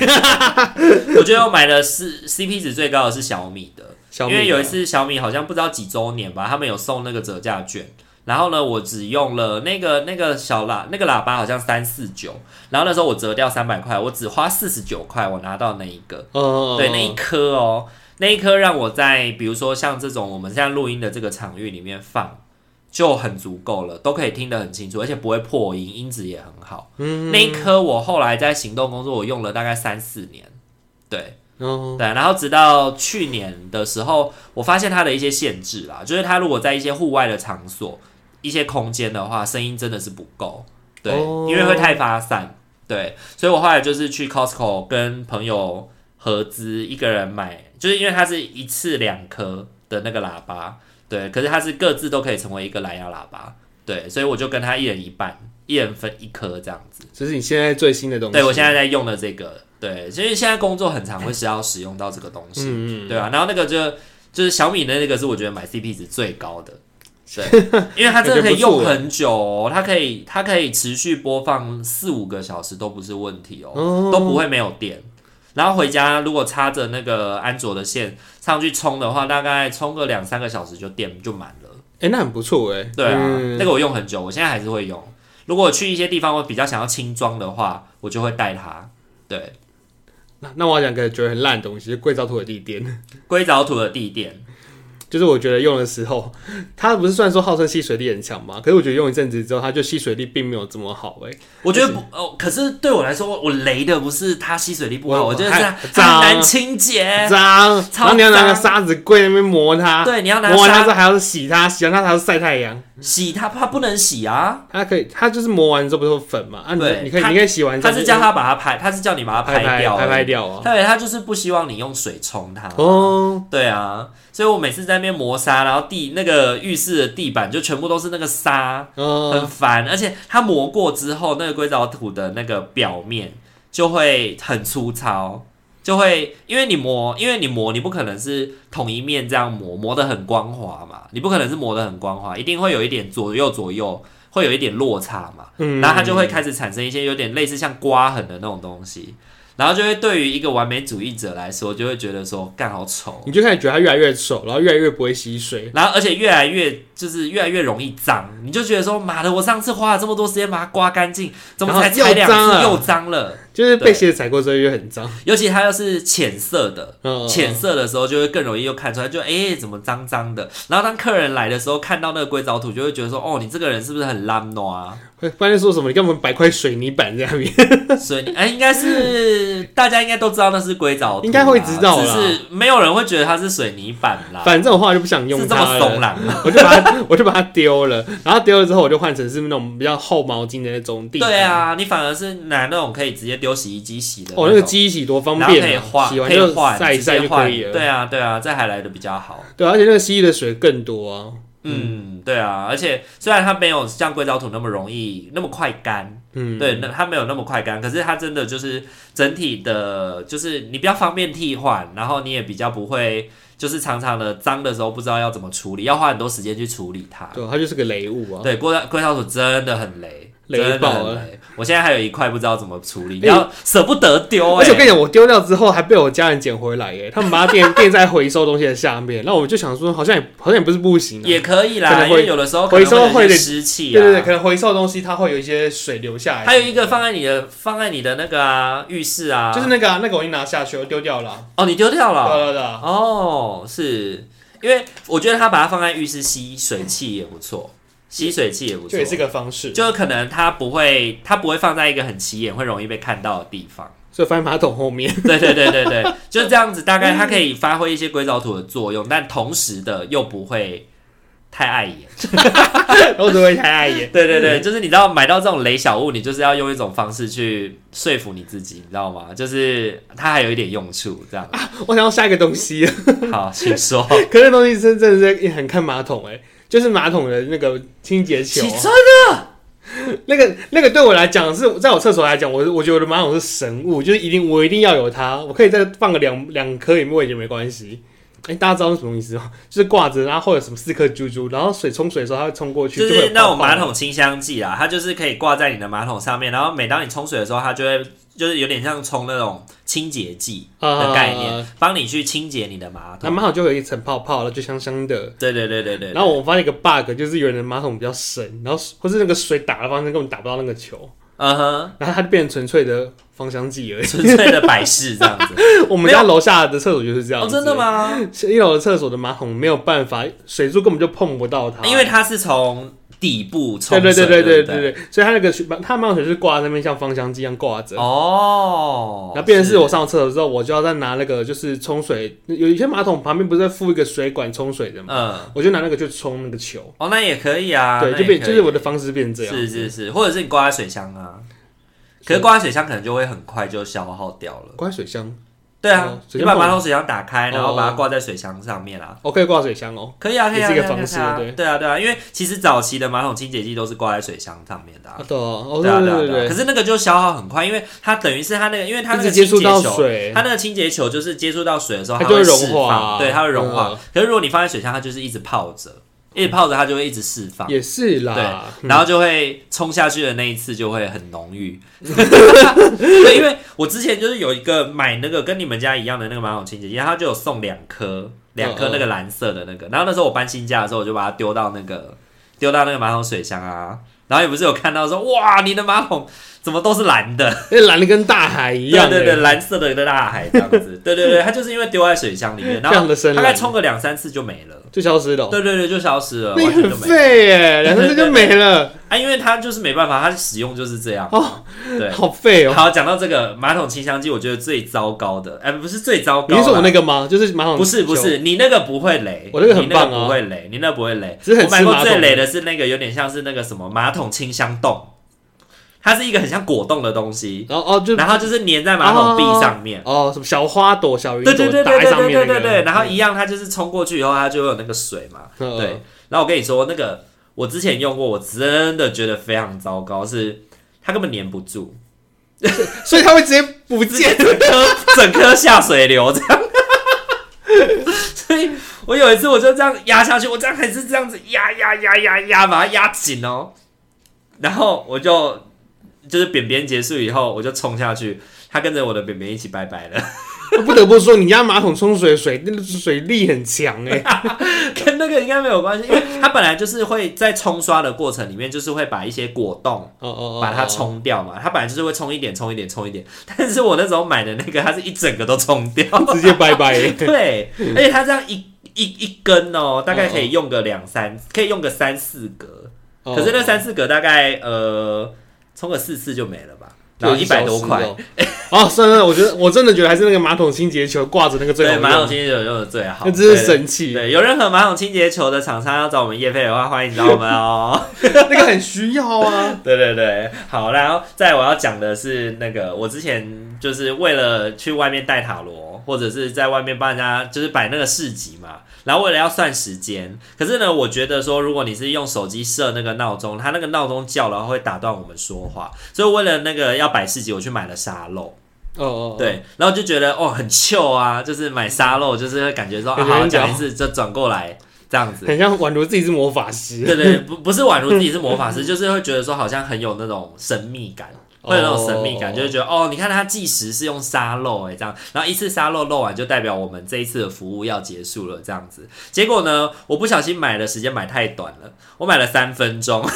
Speaker 2: 我觉得我买的是 CP 值最高的是小米的，
Speaker 1: 小米
Speaker 2: 因为有一
Speaker 1: 的
Speaker 2: 次小米好像不知道几周年吧，他们有送那个折价券。然后呢，我只用了那个那个小喇那个喇叭好像三四九，然后那时候我折掉三百块，我只花四十九块，我拿到那一个，
Speaker 1: 哦，
Speaker 2: 对那一颗哦，那一颗让我在比如说像这种我们现在录音的这个场域里面放就很足够了，都可以听得很清楚，而且不会破音，音质也很好。
Speaker 1: 嗯
Speaker 2: 那一颗我后来在行动工作，我用了大概三四年，对，
Speaker 1: 哦，
Speaker 2: 对，然后直到去年的时候，我发现它的一些限制啦，就是它如果在一些户外的场所、一些空间的话，声音真的是不够，对，
Speaker 1: 哦
Speaker 2: 因为会太发散，对，所以我后来就是去 Costco 跟朋友合资，一个人买，就是因为它是一次两颗的那个喇叭，对，可是它是各自都可以成为一个蓝牙喇叭，对，所以我就跟他一人一半，一人分一颗这样子。
Speaker 1: 这是你现在最新的东西。
Speaker 2: 对我现在在用的这个，对，因为现在工作很常会需要使用到这个东西，
Speaker 1: 嗯嗯
Speaker 2: 对啊，然后那个就就是小米的那个是我觉得买 CP 值最高的，对， 因为它真的可以用很久、哦，它可以它可以持续播放四五个小时都不是问题哦，
Speaker 1: 哦
Speaker 2: 都不会没有电。然后回家如果插着那个安卓的线上去充的话，大概充个两三个小时就电就满了。
Speaker 1: 哎、那很不错哎。
Speaker 2: 对啊，
Speaker 1: 嗯
Speaker 2: 那个我用很久，我现在还是会用。如果我去一些地方，我比较想要轻装的话，我就会带它。对，
Speaker 1: 那那我要讲个觉得很烂的东西，就是硅藻土耳地垫。
Speaker 2: 硅藻土的地垫，
Speaker 1: 就是我觉得用的时候， 它不是虽然说号称吸水力很强嘛，可是我觉得用一阵子之后，它就吸水力并没有这么好哎、
Speaker 2: 我觉得不哦，可是对我来说，我雷的不是它吸水力不好，啊
Speaker 1: 我
Speaker 2: 我觉得是它
Speaker 1: 还
Speaker 2: 它
Speaker 1: 脏
Speaker 2: 很难清洁。
Speaker 1: 脏，然
Speaker 2: 哎超
Speaker 1: 后你要拿个
Speaker 2: 脏
Speaker 1: 沙子跪在那边磨它，
Speaker 2: 对你要拿
Speaker 1: 磨完它
Speaker 2: 沙
Speaker 1: 之后还要洗它，洗完它还要晒太阳。
Speaker 2: 洗它，它不能洗啊。
Speaker 1: 它可以，它就是磨完之后不是会粉嘛？啊你，
Speaker 2: 对
Speaker 1: 你可以，
Speaker 2: 它
Speaker 1: 你可以洗完之
Speaker 2: 他
Speaker 1: 后
Speaker 2: 是
Speaker 1: 就
Speaker 2: 叫他把它拍，他是叫你把它
Speaker 1: 拍拍
Speaker 2: 掉，
Speaker 1: 拍拍。掉 啊。
Speaker 2: 对，他就是不希望你用水冲它。
Speaker 1: 哦，
Speaker 2: 对啊，所以我每次在那边磨砂，然后地那个浴室的地板就全部都是那个沙，很
Speaker 1: 嗯，
Speaker 2: 烦。而且它磨过之后，那个硅藻土的那个表面就会很粗糙，就会因为你磨，因为你磨，你不可能是同一面这样磨，磨得很光滑嘛，你不可能是磨得很光滑，一定会有一点左右左右，会有一点落差嘛。
Speaker 1: 嗯
Speaker 2: 然后它就会开始产生一些有点类似像刮痕的那种东西，然后就会对于一个完美主义者来说，就会觉得说干好丑，哦
Speaker 1: 你就开始觉得它越来越丑，然后越来越不会吸水。
Speaker 2: 然后而且越来越就是越来越容易脏，你就觉得说妈的，我上次花了这么多时间把它刮干净，怎么才
Speaker 1: 然后又
Speaker 2: 才两
Speaker 1: 脏
Speaker 2: 次
Speaker 1: 了
Speaker 2: 又脏了？
Speaker 1: 就是
Speaker 2: 对
Speaker 1: 被鞋子踩过之后就很脏，
Speaker 2: 尤其它又是浅色的。
Speaker 1: 嗯，
Speaker 2: 浅色的时候就会更容易又看出来，就哎、怎么脏脏的。然后当客人来的时候，看到那个硅藻土，就会觉得说哦你这个人是不是很烂喏啊？
Speaker 1: 会发现说什么？你干嘛摆块水泥板在那 边？
Speaker 2: 所以你哎、应该是大家应该都知道那是硅藻土啦，
Speaker 1: 应该会知道
Speaker 2: 只
Speaker 1: 啦
Speaker 2: 是没有人会觉得它是水泥板啦，
Speaker 1: 反正我后来就不想用
Speaker 2: 是这
Speaker 1: 它
Speaker 2: 么怂
Speaker 1: 了，
Speaker 2: 啦。
Speaker 1: 我就把它，我就把它丢了。然后丢了之后，我就换成是那种比较厚毛巾的那种地毯。
Speaker 2: 对，啊，你反而是拿那种可以直接丢洗衣机洗的
Speaker 1: 哦，那
Speaker 2: 那
Speaker 1: 个
Speaker 2: 种，
Speaker 1: 机一洗多方
Speaker 2: 然后可以
Speaker 1: 便
Speaker 2: 换，
Speaker 1: 啊，洗完
Speaker 2: 可以
Speaker 1: 就
Speaker 2: 换，
Speaker 1: 晒一
Speaker 2: 直
Speaker 1: 晒
Speaker 2: 接
Speaker 1: 就
Speaker 2: 换。
Speaker 1: 可以了。
Speaker 2: 对啊，对啊，这还来的比较好。
Speaker 1: 对，而且那个蜥蜴的水更多啊。
Speaker 2: 嗯，对啊，而且虽然它没有像硅藻土那么容易那么快干，
Speaker 1: 嗯，
Speaker 2: 对，那它没有那么快干，可是它真的就是整体的，就是你比较方便替换，然后你也比较不会，就是常常的脏的时候不知道要怎么处理，要花很多时间去处理它。
Speaker 1: 对，它就是个雷物啊。
Speaker 2: 对，硅硅藻土真的很雷，
Speaker 1: 雷
Speaker 2: 真的
Speaker 1: 爆
Speaker 2: 很
Speaker 1: 了
Speaker 2: 雷！我现在还有一块不知道怎么处理，
Speaker 1: 哎
Speaker 2: 然后舍不得丢、
Speaker 1: 而且我跟你
Speaker 2: 哎，
Speaker 1: 讲，我丢掉之后还被我家人捡回来耶，他们把它 垫垫在回收东西的下面。那我就想说，好像也好像也不是不行、啊。
Speaker 2: 也可以
Speaker 1: 可
Speaker 2: 啦，
Speaker 1: 能
Speaker 2: 因
Speaker 1: 会
Speaker 2: 为有的时候可
Speaker 1: 回
Speaker 2: 能
Speaker 1: 收
Speaker 2: 会有一
Speaker 1: 会
Speaker 2: 些
Speaker 1: 的
Speaker 2: 湿气啊。
Speaker 1: 对对对，可能回收的东西它会有一些水流下来。
Speaker 2: 还有一个放在你的放在你的那个啊浴室啊，
Speaker 1: 就是那个、啊、那个我已经拿下去，我丢掉了啊。
Speaker 2: 哦，你丢掉了
Speaker 1: 对
Speaker 2: 哦。
Speaker 1: 啊对啊
Speaker 2: 哦，是因为我觉得他把它放在浴室吸水器也不错，吸水器也
Speaker 1: 对
Speaker 2: 不
Speaker 1: 啊，
Speaker 2: 错
Speaker 1: 就也，是个方式。
Speaker 2: 就是可能它不会，它不会放在一个很起眼、会容易被看到的地方。
Speaker 1: 所以翻马桶后面，
Speaker 2: 对对对对对，就是这样子，大概
Speaker 1: 嗯
Speaker 2: 它可以发挥一些硅藻土的作用，但同时的又不会太碍眼。
Speaker 1: 然后就会太碍眼。
Speaker 2: 对对对，就是你知道买到这种雷小物，你就是要用一种方式去说服你自己，你知道吗？就是它还有一点用处，这 样。
Speaker 1: 我想要下一个东西了，
Speaker 2: 好，请说。
Speaker 1: 可是那东西真真的是也很看马桶哎、就是马桶的那个清洁球
Speaker 2: 请
Speaker 1: 啊、
Speaker 2: 说
Speaker 1: 那个那个对我来讲是在我厕所来讲，我我觉得我的马桶是神物，就是一定我一定要有它，我可以再放个两两颗也没也没关系。哎、大家知道是什么意思吗？就是挂着，然后会有什么四颗珠珠，然后水冲水的时候它会冲过去，
Speaker 2: 就
Speaker 1: 会
Speaker 2: 是
Speaker 1: 有
Speaker 2: 那种
Speaker 1: 泡泡
Speaker 2: 马桶清香剂 啦，它就是可以挂在你的马桶上面，然后每当你冲水的时候，它就会就是有点像冲那种清洁剂的概念
Speaker 1: 啊，
Speaker 2: 帮、你去清洁你的马
Speaker 1: 那
Speaker 2: 桶。
Speaker 1: 马桶就有一层泡泡了，就香香的。
Speaker 2: 对对对对对。
Speaker 1: 然后我发现一个 bug，就是有人的马桶比较深，然后或是那个水打的方向根本打不到那个球，
Speaker 2: 嗯哼，
Speaker 1: 然后它就变成纯粹的芳香剂而已。
Speaker 2: 纯粹的摆饰这样子。
Speaker 1: 我们家楼下的厕所就是这样、
Speaker 2: 哦，真的？吗？
Speaker 1: 一楼的厕所的马桶没有办法，水柱根本就碰不到它，
Speaker 2: 因为它是从底部冲
Speaker 1: 对
Speaker 2: 水，
Speaker 1: 对对对
Speaker 2: 对
Speaker 1: 对
Speaker 2: 不
Speaker 1: 对对，所以它那个水它马桶水是挂在那边像芳香剂一样挂着。
Speaker 2: 哦，
Speaker 1: 然后变成是我上厕所之后，我就要再拿那个就是冲水，有一些马桶旁边不是在附一个水管冲水的嘛，
Speaker 2: 嗯，
Speaker 1: 我就拿那个去冲那个球，
Speaker 2: 哦，那也可以啊，
Speaker 1: 对，
Speaker 2: 那
Speaker 1: 就
Speaker 2: 也
Speaker 1: 变
Speaker 2: 可
Speaker 1: 就
Speaker 2: 以
Speaker 1: 是我的方式变这样，
Speaker 2: 是是是，或者是你挂在水箱啊，可是挂在水箱可能就会很快就消耗掉了。
Speaker 1: 挂水箱，
Speaker 2: 对啊
Speaker 1: 哦，水箱
Speaker 2: 你把
Speaker 1: 放
Speaker 2: 马桶水箱打开，然后
Speaker 1: 哦
Speaker 2: 把它挂在水箱上面啊。
Speaker 1: 我可以挂水箱哦，
Speaker 2: 可以啊，可以啊，
Speaker 1: 也是一个
Speaker 2: 可以啊
Speaker 1: 方式
Speaker 2: 可以啊
Speaker 1: 对
Speaker 2: 对啊，对啊，因为其实早期的马桶清洁剂都是挂在水箱上面的啊
Speaker 1: 啊，对哦，哦
Speaker 2: 对啊，
Speaker 1: 对
Speaker 2: 对啊，
Speaker 1: 对
Speaker 2: 对啊。可
Speaker 1: 对
Speaker 2: 是那个就消耗很快，因为它等于是它那个，因为它
Speaker 1: 对，一
Speaker 2: 那个
Speaker 1: 直接触到
Speaker 2: 清洁球
Speaker 1: 水
Speaker 2: 它，那个清洁球就是接触到水的时候，
Speaker 1: 它
Speaker 2: 它
Speaker 1: 就
Speaker 2: 会
Speaker 1: 会融
Speaker 2: 释
Speaker 1: 化
Speaker 2: 放
Speaker 1: 啊
Speaker 2: 对，它会融化
Speaker 1: 嗯。
Speaker 2: 可是如果你放在水箱，它就是一直泡着，一直泡着，它就会一直释放。
Speaker 1: 也是啦，嗯
Speaker 2: 然后就会冲下去的那一次就会很浓郁。
Speaker 1: 嗯
Speaker 2: 对，因为我之前就是有一个买那个跟你们家一样的那个马桶清洁剂，它就有送两颗，两
Speaker 1: 嗯
Speaker 2: 颗
Speaker 1: 嗯
Speaker 2: 那个蓝色的那个。然后那时候我搬新家的时候，我就把它丢到那个丢到那个马桶水箱啊，然后也不是有看到说哇，你的马桶怎么都是蓝的？
Speaker 1: 那蓝的跟大海 一样、欸，
Speaker 2: 对对对，蓝色的大海这样子，对对对，它就是因为丢在水箱里面，
Speaker 1: 非
Speaker 2: 然
Speaker 1: 常
Speaker 2: 后
Speaker 1: 的深
Speaker 2: 大概
Speaker 1: 蓝，
Speaker 2: 冲个两三次就没了，
Speaker 1: 就消失了、
Speaker 2: 对对对，就消失了，
Speaker 1: 哦那也
Speaker 2: 呃完全
Speaker 1: 很
Speaker 2: 就没了
Speaker 1: 废 耶，两三次就没了，
Speaker 2: 啊，因为它就是没办法，它使用就是这样，
Speaker 1: 哦，
Speaker 2: 对。
Speaker 1: 好废哦。
Speaker 2: 好，讲到这个马桶清香剂，我觉得最糟糕的，哎、不是最糟糕
Speaker 1: 你
Speaker 2: 啦，
Speaker 1: 是说我那个吗？就是马桶
Speaker 2: 不是不是，你那个不会雷，
Speaker 1: 我那个很棒啊
Speaker 2: 你那个不会雷，你那个不会雷。
Speaker 1: 只是很
Speaker 2: 我买
Speaker 1: 吃
Speaker 2: 过
Speaker 1: 马
Speaker 2: 最
Speaker 1: 桶
Speaker 2: 雷的是那个有点像是那个什么马桶清香冻，它是一个很像果冻的东西，
Speaker 1: 然后哦，就
Speaker 2: 然后就是粘在马桶壁上面。
Speaker 1: 哦什么小花朵、小云朵
Speaker 2: 对对对
Speaker 1: 打
Speaker 2: 对
Speaker 1: 在
Speaker 2: 对
Speaker 1: 上
Speaker 2: 对
Speaker 1: 面那
Speaker 2: 对
Speaker 1: 个，
Speaker 2: 对对，然后一样，它就是冲过去以后，它就会有那个水嘛。
Speaker 1: 嗯
Speaker 2: 对，，然后我跟你说，那个我之前用过，我真的觉得非常糟糕，是它根本粘不住，
Speaker 1: 嗯所以它会直接不
Speaker 2: 直接
Speaker 1: 见，
Speaker 2: 整颗整颗下水流这样。所以我有一次我就这样压下去，我这样还是这样子压压压压压，把它压紧哦。然后我就就是扁扁结束以后，我就冲下去，它跟着我的扁扁一起拜拜了，
Speaker 1: 不得不说，你家马桶冲水的水那个水力很强 哎，
Speaker 2: 跟那个应该没有关系，因为它本来就是会在冲刷的过程里面，就是会把一些果冻
Speaker 1: 哦哦哦，
Speaker 2: 把它
Speaker 1: 哦。
Speaker 2: 冲掉嘛，它本来就是会冲一点、冲一点、冲一点，但是我那时候买的那个，它是一整个都冲掉，！
Speaker 1: 直接拜拜耶
Speaker 2: 对，而且它这样一一一根哦，大概可以用个两三，可以用个三四格，
Speaker 1: 哦
Speaker 2: 可是那三四格大概呃冲个四次就没了吧，然后一百多块，
Speaker 1: 哦，哦算了，我觉得我真的觉得还是那个马桶清洁球挂着那个最好
Speaker 2: 对，
Speaker 1: 用，
Speaker 2: 马桶清洁球用的最好，
Speaker 1: 那真
Speaker 2: 对
Speaker 1: 是神奇，
Speaker 2: 对，有任何马桶清洁球的厂商要找我们叶配的话，欢迎找我们哦。
Speaker 1: 那个很需要啊。
Speaker 2: 对对对，好，然后再我要讲的是那个，我之前就是为了去外面带塔罗，或者是在外面帮人家就是摆那个市集嘛，然后为了要算时间，可是呢，我觉得说如果你是用手机设那个闹钟，它那个闹钟叫了会打断我们说话，所以为了那个要摆市集，我去买了沙漏，
Speaker 1: 哦哦，
Speaker 2: 对，然后就觉得哦很糗啊，就是买沙漏就是会感觉说啊
Speaker 1: 很难
Speaker 2: 好讲一
Speaker 1: 讲
Speaker 2: 次就转过来这样 子
Speaker 1: 哦，，很像宛如自己是魔法师，
Speaker 2: 对对，不不是宛如自己是魔法师，就是会觉得说好像很有那种神秘感，会有那种神秘感，
Speaker 1: 哦
Speaker 2: 就是觉得哦，你看他计时是用沙漏哎、这样，然后一次沙漏漏完就代表我们这一次的服务要结束了这样子。结果呢，我不小心买的时间买太短了，我买了三分钟。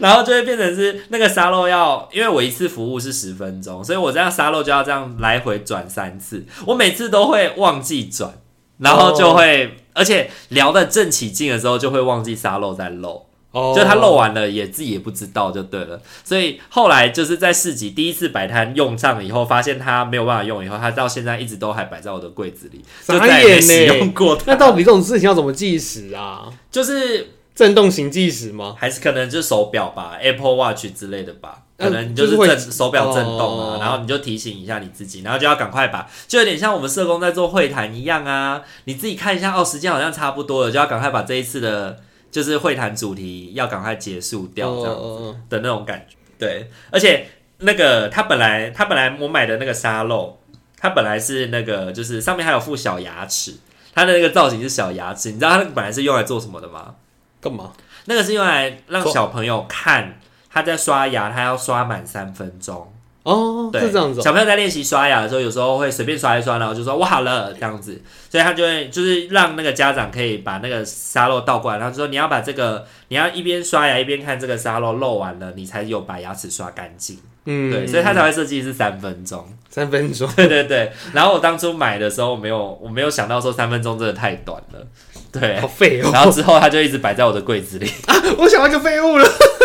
Speaker 2: 然后就会变成是那个沙漏要，因为我一次服务是十分钟，所以我这样沙漏就要这样来回转三次，我每次都会忘记转，然后就会，而且聊得正起劲的时候就会忘记沙漏在漏，
Speaker 1: 哦，
Speaker 2: 就他漏完了也自己也不知道就对了，所以后来就是在市集第一次摆摊用上以后，发现它没有办法用以后，它到现在一直都还摆在我的柜子里，
Speaker 1: 傻
Speaker 2: 就
Speaker 1: 眼
Speaker 2: 再也没使
Speaker 1: 呢
Speaker 2: 用过
Speaker 1: 那
Speaker 2: 它，
Speaker 1: 到底这种事情要怎么计时啊？
Speaker 2: 就是
Speaker 1: 震动型计时吗？
Speaker 2: 还是可能就是手表吧，Apple Watch 之类的吧，
Speaker 1: 呃
Speaker 2: 可能你就是
Speaker 1: 就是会
Speaker 2: 震手表震动啊，
Speaker 1: 哦
Speaker 2: 然后你就提醒一下你自己，然后就要赶快把，就有点像我们社工在做会谈一样啊，你自己看一下哦，时间好像差不多了，就要赶快把这一次的，就是会谈主题要赶快结束掉这样
Speaker 1: 哦哦
Speaker 2: 的那种感觉。对，而且那个他本来他本来我买的那个沙漏，它本来是那个就是上面还有附小牙齿，它的那个造型是小牙齿，你知道它那个本来是用来做什么的吗？
Speaker 1: 干嘛？
Speaker 2: 那个是用来让小朋友看他在刷牙，他要刷满三分钟。
Speaker 1: 哦，
Speaker 2: 对，
Speaker 1: 是这样子哦。
Speaker 2: 小朋友在练习刷牙的时候，有时候会随便刷一刷，然后就说“我好了”这样子，所以他就会就是让那个家长可以把那个沙漏倒过来，然后就说你要把这个你要一边刷牙一边看这个沙漏漏完了，你才有把牙齿刷干净。
Speaker 1: 嗯，
Speaker 2: 对，所以他才会设计是三分 钟。
Speaker 1: 三分钟。
Speaker 2: 对对对。然后我当初买的时候，我没有我没有想到说三分钟真的太短了。对
Speaker 1: 好。废哦！
Speaker 2: 哎然后之后他就一直摆在我的柜子里。
Speaker 1: 我想到一个废物了，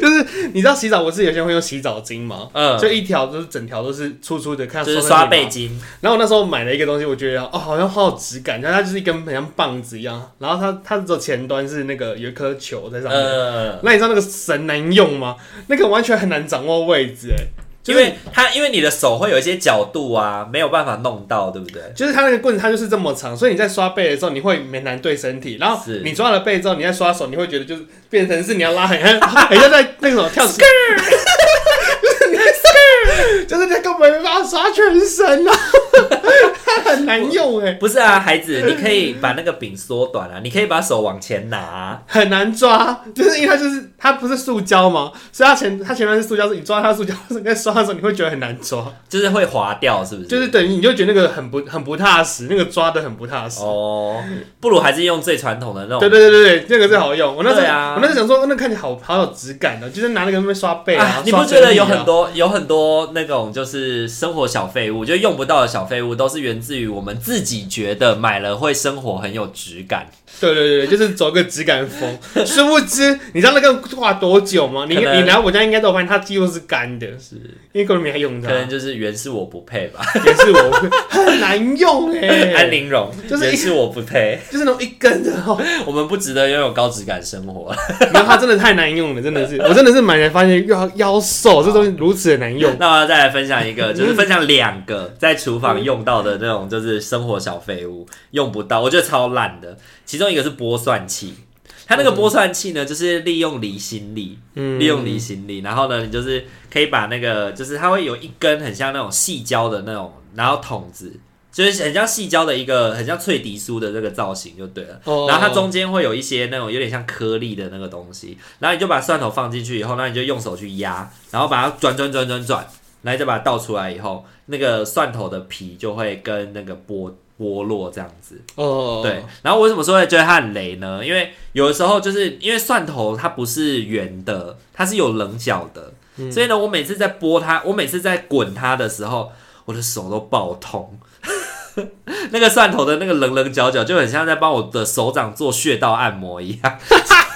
Speaker 1: 就是你知道洗澡，我是有些人会用洗澡巾吗？
Speaker 2: 嗯，
Speaker 1: 就一条，就是整条都是粗粗的，看
Speaker 2: 就是刷
Speaker 1: 背
Speaker 2: 背。巾。
Speaker 1: 然后我那时候买了一个东西，我觉得哦，好像好有质感，然后它就是一根很像棒子一样，然后它它只有前端是那个有一颗球在上面。
Speaker 2: 呃，
Speaker 1: 那你知道那个神难用吗？那个完全很难掌握位置，哎，就
Speaker 2: 因
Speaker 1: 是
Speaker 2: 为它因为你的手会有一些角度啊，没有办法弄到，对不对？
Speaker 1: 就是它那个棍子，它就是这么长，所以你在刷背的时候，你会很难对身体。然后
Speaker 2: 是
Speaker 1: 你抓了背之后，你在刷手，你会觉得就是变成是你要拉很像，很像在那种跳 skr，就是你在 skr，就是那根本没办法刷全身啊，很难用哎，
Speaker 2: 不是啊，孩子，你可以把那个柄缩短啊，你可以把手往前拿啊、
Speaker 1: 很难抓，就是因为它就是它不是塑胶嘛，所以它前它前面是塑胶，是你抓它的塑胶，你在刷的时候你会觉得很难抓，
Speaker 2: 就是会滑掉，是不是？
Speaker 1: 就是等于你就觉得那个很不很不踏实，那个抓的很不踏实。
Speaker 2: 哦，不如还是用最传统的那种。啊
Speaker 1: 对对对对对，那个最好用。我那时
Speaker 2: 对
Speaker 1: 候、
Speaker 2: 啊
Speaker 1: 我那时候想说，那看起来好好有质感的、就是拿那个在那边刷背啊
Speaker 2: 啊，你不
Speaker 1: 刷
Speaker 2: 觉得
Speaker 1: 身体
Speaker 2: 有
Speaker 1: 啊
Speaker 2: 很多有很多那种就是生活小废物，就用不到的小废物，都是源自于我们自己觉得买了会生活很有质感。
Speaker 1: 对对对，就是走个质感 风。殊不知，你知道那个挂多久吗？你
Speaker 2: 可能
Speaker 1: 你来我家应该都有发现，它几乎是干的，
Speaker 2: 是，
Speaker 1: 因为根本没用它
Speaker 2: 可，能就是原是我不配吧。
Speaker 1: 也是我很难用哎、
Speaker 2: 安陵容，
Speaker 1: 就是
Speaker 2: 原是我不配，
Speaker 1: 就是那种一根的哦，
Speaker 2: 我们不值得拥有高质感生活。
Speaker 1: 然后它真的太难用了，真 的是，我真的是买来发现腰腰瘦，这东西如此的难用。
Speaker 2: 那我要再来分享一个，就是分享两个在厨房用到的那种，就是生活小废物，用不到，我觉得超烂的。其中一个是剥蒜器，它那个剥蒜器呢，就是利用离心力，
Speaker 1: 嗯
Speaker 2: 利用离心力，然后呢，你就是可以把那个，就是它会有一根很像那种细胶的那种，然后筒子。就是很像细胶的一个，很像脆笛酥的这个造型就对了。
Speaker 1: 哦
Speaker 2: 然后它中间会有一些那种有点像颗粒的那个东西，然后你就把蒜头放进去以后，那你就用手去压，然后把它转转转转转，然后再把它倒出来以后，那个蒜头的皮就会跟那个剥剥落这样子。
Speaker 1: 哦，
Speaker 2: 对，然后我为什么说会觉得它很雷呢？因为有的时候就是因为蒜头它不是圆的，它是有棱角的，
Speaker 1: 嗯
Speaker 2: 所以呢，我每次在剥它，我每次在滚它的时候，我的手都爆痛。 那个蒜头的那个棱棱角角，就很像在帮我的手掌做穴道按 摩一样。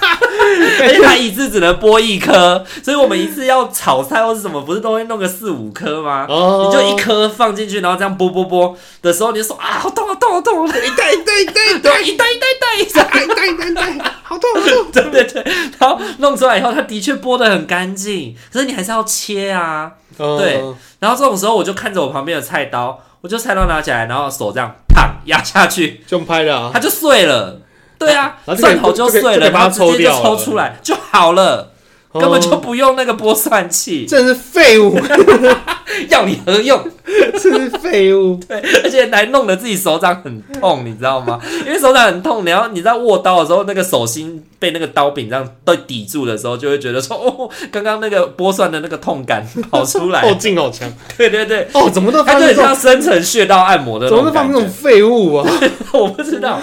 Speaker 2: 而且它一次只能剥一颗，所以我们一次要炒菜或是什么，不是都会弄个四五颗吗？
Speaker 1: 哦，
Speaker 2: 你就一颗放进去，然后这样剥剥剥的时候，你就说啊，好痛，好痛，好痛！
Speaker 1: 对对对对对
Speaker 2: 对，一袋一袋一袋，
Speaker 1: 对对对对，好痛好痛，
Speaker 2: 对对对，然后弄出来以后，它的确剥得很干净，可是你还是要切啊。
Speaker 1: 哦
Speaker 2: 对然后这种时候，我就看着我旁边的菜刀，我就菜刀拿起来，然后手这样砰压下去，
Speaker 1: 就拍了啊，
Speaker 2: 它就碎了。对啊，
Speaker 1: 然后这个
Speaker 2: 蒜头就碎
Speaker 1: 这
Speaker 2: 了，
Speaker 1: 个把它
Speaker 2: 然后
Speaker 1: 抽
Speaker 2: 直接
Speaker 1: 掉
Speaker 2: 就抽
Speaker 1: 了
Speaker 2: 出来就好了，根本就不用那个剥蒜器，
Speaker 1: 真的是废物，
Speaker 2: 要你何用？
Speaker 1: 真是废物。
Speaker 2: 而且还弄得自己手掌很痛，你知道吗？因为手掌很痛，然后你在握刀的时候，那个手心被那个刀柄这样都抵住的时候，就会觉得说，哦，刚刚那个剥蒜的那个痛感跑出来
Speaker 1: 后。劲好强
Speaker 2: 对对对，
Speaker 1: 哦，怎么都
Speaker 2: 它
Speaker 1: 放
Speaker 2: 就
Speaker 1: 这
Speaker 2: 很
Speaker 1: 种，
Speaker 2: 像深层穴道按摩的
Speaker 1: 怎
Speaker 2: 那
Speaker 1: 么
Speaker 2: 种
Speaker 1: 都
Speaker 2: 感
Speaker 1: 放这种
Speaker 2: 觉。
Speaker 1: 废物啊！
Speaker 2: 我不知道，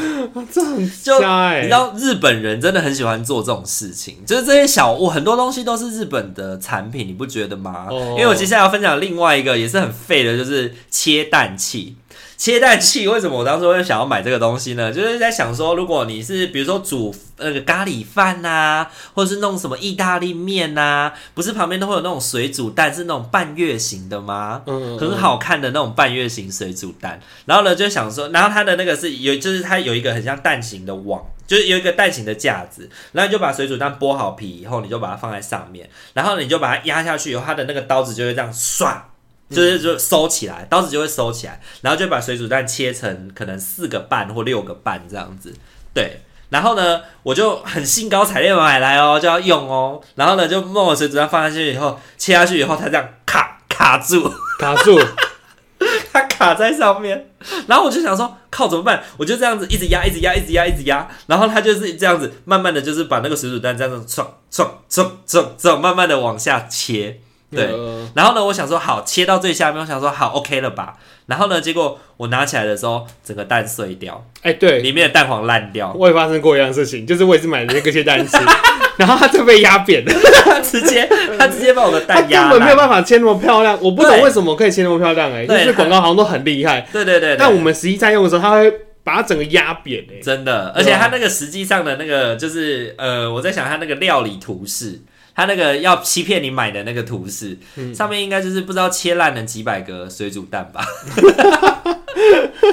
Speaker 1: 这很
Speaker 2: 就
Speaker 1: 瞎哎、
Speaker 2: 你知道日本人真的很喜欢做这种事情，就是这些小物，很多东西都是日本的产品，你不觉得吗？
Speaker 1: 哦
Speaker 2: 因为我接下来要分享另外一个也是很废的，就是切蛋器。切蛋器为什么我当初会想要买这个东西呢？就是在想说，如果你是比如说煮那个咖喱饭呐、或者是弄什么意大利面呐、不是旁边都会有那种水煮蛋，是那种半月形的吗？
Speaker 1: 嗯
Speaker 2: 很好看的那种半月形水煮蛋。然后呢，就想说，然后它的那个是有，就是它有一个很像蛋形的网，就是有一个蛋形的架子，然后你就把水煮蛋剥好皮以后，你就把它放在上面，然后你就把它压下去以后，它的那个刀子就会这样唰。就是就收起来，刀子就会收起来，然后就把水煮蛋切成可能四个半或六个半这样子，对。然后呢，我就很兴高采烈地买来哦，就要用哦。然后呢，就弄我水煮蛋放下去以后，切下去以后，它这样卡卡住，
Speaker 1: 卡住，
Speaker 2: 它卡在上面，然后我就想说，靠，怎么办？我就这样子一直压，一直压，一直压，一直压，然后它就是这样子，慢慢的就是把那个水煮蛋这样子撞撞撞撞撞，慢慢的往下切，对。
Speaker 1: 呃
Speaker 2: 然后呢，我想说好，切到最下面，我想说好，OK 了吧？然后呢，结果我拿起来的时候，整个蛋碎掉，
Speaker 1: 哎、对，
Speaker 2: 里面的蛋黄烂掉，
Speaker 1: 我也发生过一样的事情，就是我也是买了那个切蛋器，然后它就被压扁了，
Speaker 2: 它直 接它直接把我的
Speaker 1: 它
Speaker 2: 蛋
Speaker 1: 根
Speaker 2: 压
Speaker 1: 本没有办
Speaker 2: 烂，
Speaker 1: 法切那么漂亮，我不懂
Speaker 2: 对
Speaker 1: 为什么可以切那么漂亮哎、就
Speaker 2: 对
Speaker 1: 是广告好像都很厉害，
Speaker 2: 对对对对，
Speaker 1: 但我们实际在用的时候，它会把它整个压扁哎、
Speaker 2: 真的，而且它那个实际上的那个就是呃，我在想它那个料理图示，它那个要欺骗你买的那个图示，
Speaker 1: 嗯
Speaker 2: 上面应该就是不知道切烂了几百个水煮蛋 吧？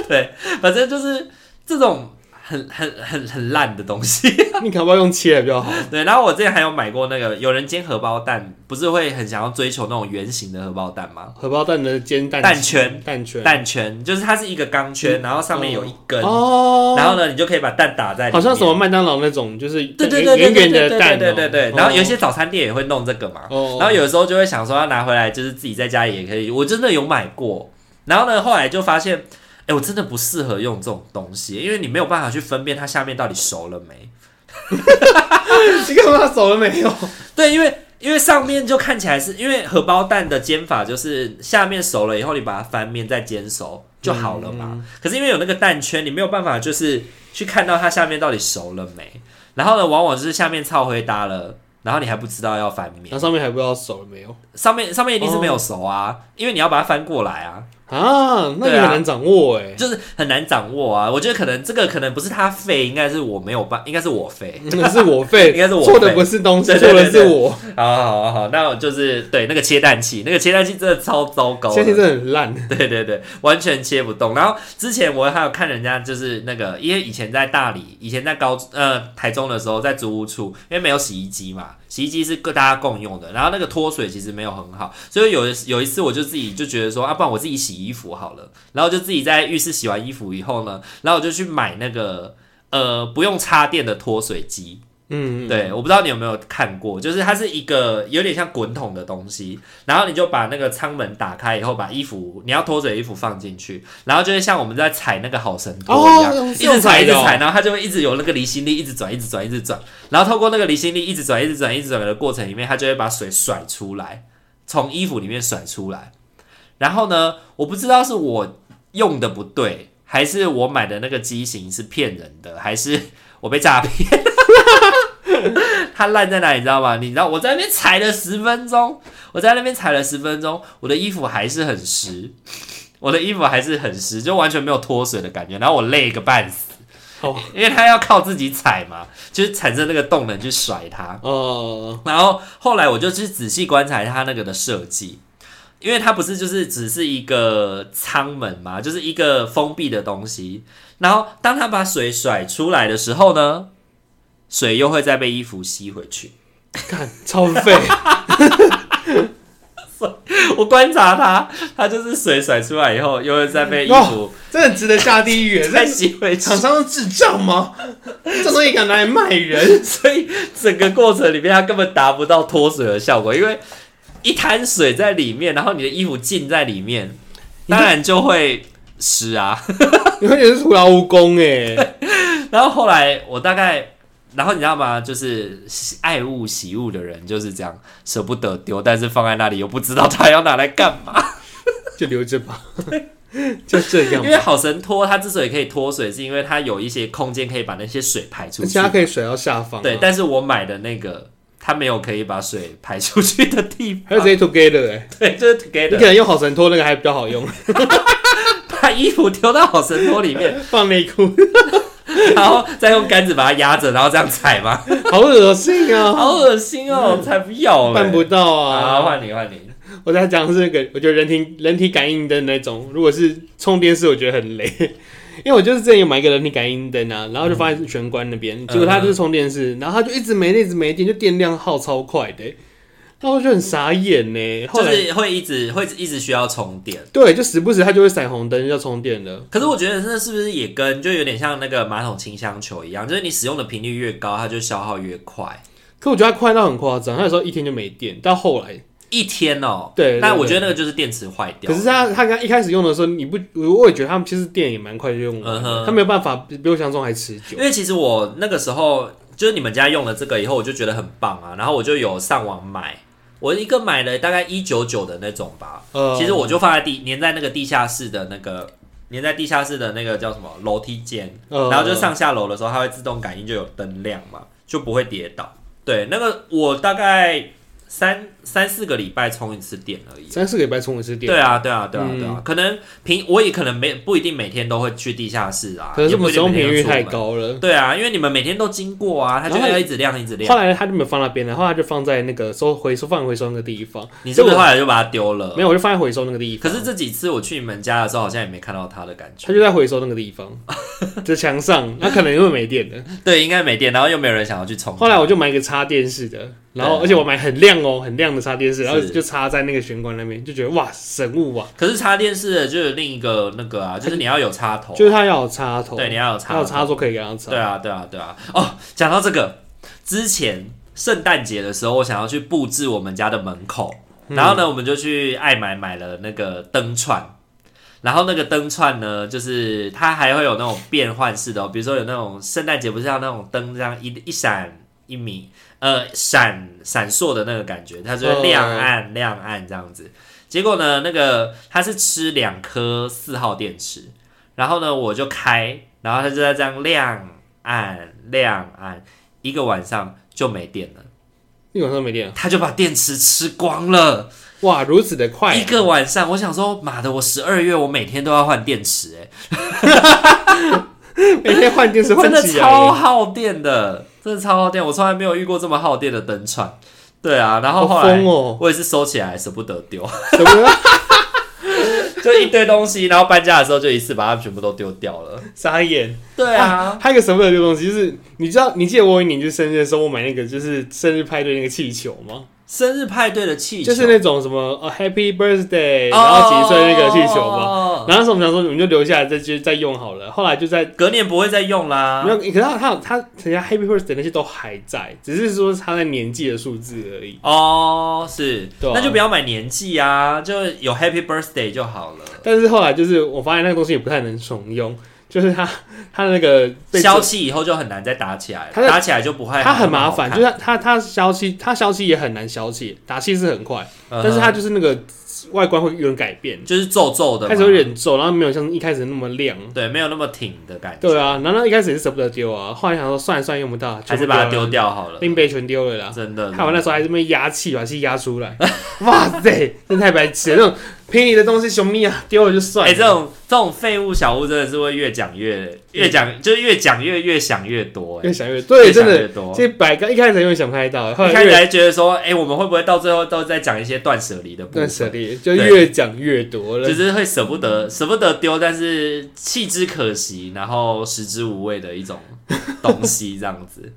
Speaker 2: 对，反正就是这种很很很很烂的东西。
Speaker 1: 你可不可以用切的比较好？
Speaker 2: 对，然后我之前还有买过那个有人煎荷包蛋，不是会很想要追求那种圆形的荷包蛋吗？
Speaker 1: 荷包蛋的煎蛋
Speaker 2: 蛋圈，
Speaker 1: 蛋圈，
Speaker 2: 蛋圈就是它是一个钢圈，然后上面有一根，
Speaker 1: 嗯哦，
Speaker 2: 然后呢你就可以把蛋打在里面，
Speaker 1: 好像什么麦当劳那种，就是
Speaker 2: 对对对
Speaker 1: 圆
Speaker 2: 对
Speaker 1: 圆
Speaker 2: 对
Speaker 1: 圆的
Speaker 2: 对对
Speaker 1: 蛋哦，
Speaker 2: 对对对，然后有一
Speaker 1: 哦
Speaker 2: 些早餐店也会弄这个嘛，
Speaker 1: 哦
Speaker 2: 然后有的时候就会想说要拿回来，就是自己在家里也可以，我真的有买过，然后呢后来就发现。哎、我真的不适合用这种东西，因为你没有办法去分辨它下面到底熟了没。
Speaker 1: 你看到他走了没有？
Speaker 2: 对，因为因为上面就看起来是因为荷包蛋的煎法，就是下面熟了以后，你把它翻面再煎熟就好了嘛。可是因为有那个蛋圈，你没有办法就是去看到它下面到底熟了没。然后呢，往往就是下面超灰搭了，然后你还不知道要翻面
Speaker 1: 然，后上面还不知道走了没有
Speaker 2: 上面上面一定是没有熟啊，因为你要把它翻过来啊，
Speaker 1: 啊？那你
Speaker 2: 对
Speaker 1: 很
Speaker 2: 啊
Speaker 1: 难掌握哎、
Speaker 2: 就是很难掌握啊。我觉得可能这个可能不是他废，应该是我没有办，应该是我废。
Speaker 1: 那是我废，
Speaker 2: 应该是我废
Speaker 1: 错的不是东西，
Speaker 2: 对对
Speaker 1: 错
Speaker 2: 对
Speaker 1: 的是我。
Speaker 2: 好好好好，那我就是对那个切蛋器，那个切蛋器真的超糟糕的，
Speaker 1: 现在真的很烂，
Speaker 2: 对对对，完全切不动。然后之前我还有看人家就是那个，因为以前在大理，以前在高呃台中的时候，在租屋处，因为没有洗衣机嘛，洗衣机是各大家共用的，然后那个脱水其实没有很好，所以有一有一次我就自己就觉得说，啊，不然我自己洗衣服好了，然后就自己在浴室洗完衣服以后呢，然后我就去买那个呃不用插电的脱水机，
Speaker 1: 嗯，
Speaker 2: 对，我不知道你有没有看过，就是它是一个有点像滚筒的东西，然后你就把那个舱门打开以后，把衣服你要脱水的衣服放进去，然后就会像我们在踩那个好绳拖一样，
Speaker 1: 哦
Speaker 2: 一
Speaker 1: 是用
Speaker 2: 直踩
Speaker 1: 踩
Speaker 2: 一直
Speaker 1: 的哦
Speaker 2: 踩，然后它就会一直有那个离心力，一直转，一直转，一直转，然后透过那个离心力一直转、一直转、一直转的过程里面，它就会把水甩出来，从衣服里面甩出来。然后呢，我不知道是我用的不对，还是我买的那个机型是骗人的，还是我被诈骗？它烂在哪里，你知道吗？你知道我在那边踩了十分钟，我在那边踩了十分钟，我的衣服还是很湿，我的衣服还是很湿，就完全没有脱水的感觉。然后我累个半死，
Speaker 1: 好，
Speaker 2: 因为它要靠自己踩嘛，就是产生那个动能去甩它。
Speaker 1: 呃，
Speaker 2: 然后后来我就去仔细观察它那个的设计，因为它不是就是只是一个舱门嘛，就是一个封闭的东西。然后当它把水甩出来的时候呢，水又会再被衣服吸回去。
Speaker 1: 看超废，
Speaker 2: 我观察它，它就是水甩出来以后，又会再被衣
Speaker 1: 哦
Speaker 2: 服
Speaker 3: 这很值得下地狱耶。
Speaker 2: 再
Speaker 3: 这
Speaker 2: 吸回去
Speaker 3: 厂，商是智障吗？这东西敢拿来卖人？
Speaker 2: 所以整个过程里面它根本达不到脱水的效果，因为一滩水在里面，然后你的衣服浸在里面，当然就会湿啊。
Speaker 1: 你会觉得是徒劳无功哎、
Speaker 2: 然后后来我大概，然后你知道吗？就是爱物喜物的人就是这样，舍不得丢，但是放在那里又不知道它要拿来干嘛。
Speaker 1: 就留着 吧，就这样
Speaker 2: 因。为好神拖它之所以可以脱水，是因为它有一些空间可以把那些水排出
Speaker 1: 而
Speaker 2: 去
Speaker 1: 且。它可以甩到下方、啊，
Speaker 2: 对，但是我买的那个，它没有可以把水排出去的地
Speaker 1: 还有
Speaker 2: 方
Speaker 1: 直。接 together 哎、
Speaker 2: 对，啊就是
Speaker 1: 你可
Speaker 2: together
Speaker 1: 能用好神拖那个还比较好 用，
Speaker 2: 把衣服丢到好神托里面，
Speaker 1: 放内裤，
Speaker 2: 然后再用杆子把它压着，然后这样踩吗？
Speaker 1: 好恶心啊，
Speaker 2: 好恶心哦，才不要嘞！
Speaker 1: 办不到
Speaker 2: 啊，
Speaker 1: 啊！
Speaker 2: 换你换你，
Speaker 1: 我在讲的是那个，我觉得人体人体感应灯那种，如果是充电式，我觉得很累。因为我就是之前有买一个人体感应灯啊，然后就放在玄关那
Speaker 2: 嗯
Speaker 1: 边，结果它就是充电式，然后它就一直没电，一直没电，就电量耗超快的、欸然后我就很傻眼呢、后
Speaker 2: 就
Speaker 1: 来、
Speaker 2: 是会一直会一直需要充电。
Speaker 1: 对，就时不时它就会闪红灯，要充电了。
Speaker 2: 可是我觉得这是不是也跟就有点像那个马桶清香球一样，就是你使用的频率越高，它就消耗越快。
Speaker 1: 可我觉得它快到很夸张，它有时候一天就没电，到后来
Speaker 2: 一天哦，
Speaker 1: 对对
Speaker 2: 但我
Speaker 1: 对
Speaker 2: 觉得那个就是电池坏掉
Speaker 1: 可
Speaker 2: 了。
Speaker 1: 是他他刚一开始用的时候，你不，我我也觉得他们其实电也蛮快就用完
Speaker 2: 嗯
Speaker 1: 了，
Speaker 2: 哼
Speaker 1: 他没有办法比比我想象中还持久
Speaker 2: 因。为其实我那个时候就是你们家用了这个以后，我就觉得很棒啊，然后我就有上网买，我一个买了大概一九九的那种吧，
Speaker 1: 呃，
Speaker 2: 其实我就放在地粘在那个地下室的那个粘在地下室的那个叫什么楼梯间，
Speaker 1: 呃
Speaker 2: 然后就上下楼的时候，它会自动感应就有灯亮嘛，就不会跌倒。对，那个我大概三三四个礼拜充一次电而已。啊
Speaker 1: 三四个礼拜充一次电，
Speaker 2: 对啊，对啊，对啊，
Speaker 1: 嗯
Speaker 2: 对啊，可能平我也可能没不一定每天都会去地下室啊，
Speaker 1: 可能是
Speaker 2: 也
Speaker 1: 我
Speaker 2: 不
Speaker 1: 们
Speaker 2: 一
Speaker 1: 使
Speaker 2: 定
Speaker 1: 用
Speaker 2: 每
Speaker 1: 频
Speaker 2: 天
Speaker 1: 率
Speaker 2: 出
Speaker 1: 太
Speaker 2: 门
Speaker 1: 高 了。
Speaker 2: 对啊，因为你们每天都经过啊，它就
Speaker 1: 然后
Speaker 2: 要一直亮，一直
Speaker 1: 后
Speaker 2: 亮。
Speaker 1: 来他就没有放那边了，后来就放在那个收回收放回收那个地方，
Speaker 2: 你是不是
Speaker 1: 这
Speaker 2: 后来就把它丢了
Speaker 1: 没？有，我就放在回收那个地
Speaker 2: 可
Speaker 1: 方。
Speaker 2: 是这几次我去你们家的时候，好像也没看到它的感
Speaker 1: 他
Speaker 2: 觉。
Speaker 1: 就在回收那个地 方，就墙上，那可能因为没电了。
Speaker 2: 对，应该没电，然后又没有人想要去充。
Speaker 1: 后来我就买一个插电式的，然后
Speaker 2: 对啊
Speaker 1: 而且我买很亮哦，很亮的插电式，然后
Speaker 2: 是
Speaker 1: 就插在那个玄关那边，就觉得哇神物啊！
Speaker 2: 可是插电式的就有另一个那个啊，就是你要有插头，
Speaker 1: 就是它要有插头，
Speaker 2: 对，你要有插
Speaker 1: 要有插
Speaker 2: 头。
Speaker 1: 座可以给它插。
Speaker 2: 对啊，对啊，对啊。哦，讲到这个，之前圣诞节的时候，我想要去布置我们家的门口，然后呢，我们就去爱买买了那个灯串。然后那个灯串呢，就是它还会有那种变换式的、哦，比如说有那种圣诞节不是要那种灯这样一一闪一米，呃，闪闪烁的那个感觉，它就会亮暗、亮暗这样子。结果呢，那个它是吃两颗四号电池，然后呢我就开，然后它就在这样亮暗亮暗，一个晚上就没电了，
Speaker 1: 一晚上没电了，
Speaker 2: 它就把电池吃光了。
Speaker 1: 哇，如此的快、啊，
Speaker 2: 一个晚上，我想说，妈的，我十二月我每天都要换电池、欸，
Speaker 1: 每天换电池
Speaker 2: 哎，
Speaker 1: 换
Speaker 2: 真的
Speaker 1: 几
Speaker 2: 超耗电的，真的超耗电，我从来没有遇过这么耗电的灯串。对啊，然后
Speaker 1: 好
Speaker 2: 后来
Speaker 1: 疯哦，
Speaker 2: 我也是收起来，舍不得丢，
Speaker 1: 什么
Speaker 2: 就一堆东西，然后搬家的时候就一次把它们全部都丢掉了。
Speaker 1: 傻眼？
Speaker 2: 对啊，
Speaker 1: 还有一个什么的东西，就是你知道，你记得我有一年就生日的时候，我买那个就是生日派对那个气球吗？
Speaker 2: 生日派对的气球
Speaker 1: 就
Speaker 2: 哦
Speaker 1: 是那种什么呃、Happy Birthday，然后几岁那个气球嘛。
Speaker 2: 嘛，
Speaker 1: 然后那时候我们想说，我们就留下来再接再用好了。后来就在
Speaker 2: 隔年不会再用啦
Speaker 1: 没。有，可是他他他人家 Happy Birthday 那些都还在，只是说他的年纪的数字而已。
Speaker 2: 哦，是，
Speaker 1: 对啊
Speaker 2: 那就不要买年纪啊，就有 Happy Birthday 就好了。
Speaker 1: 但是后来就是我发现那个东西也不太能重用，就是它它的那个被
Speaker 2: 消气以后就很难再打起来了，
Speaker 1: 它的
Speaker 2: 打起来就不会，
Speaker 1: 它很麻烦，就是
Speaker 2: 是，
Speaker 1: 它它它消气，它消气也很难消气，打气是很快，
Speaker 2: 嗯哼
Speaker 1: 但是它就是那个外观会有点改变，
Speaker 2: 就是皱皱的嘛，
Speaker 1: 开始有点皱，然后没有像一开始那么亮。
Speaker 2: 对，没有那么挺的感觉，
Speaker 1: 对啊，然后一开始也是舍不得丢啊，后来想说算了算了，用不到，
Speaker 2: 还是
Speaker 1: 全部
Speaker 2: 把它
Speaker 1: 了
Speaker 2: 丢，掉好了，
Speaker 1: 拎杯全丢了啦。
Speaker 2: 真的。
Speaker 1: 看完那时候还这么压气，把气压出来，哇塞，真太白痴了！那种便宜的东西，熊咪啊，丢了就算
Speaker 2: 哎、
Speaker 1: 了。
Speaker 2: 这种这种废物小物真的是会越讲越越讲，就是越讲越越想越多、哎
Speaker 1: 越想越对，
Speaker 2: 越
Speaker 1: 真
Speaker 2: 想
Speaker 1: 的
Speaker 2: 越，多。
Speaker 1: 这百哦个一开始永远想不太到，后
Speaker 2: 一开
Speaker 1: 来
Speaker 2: 始
Speaker 1: 越
Speaker 2: 还觉得说，哎、我们会不会到最后都在讲一些断舍离的部
Speaker 1: 断
Speaker 2: 分？
Speaker 1: 舍离，就
Speaker 2: 对
Speaker 1: 越讲越多了
Speaker 2: 就。是会舍不得，舍不得丢，但是弃之可惜，然后食之无味的一种东西，这样 子。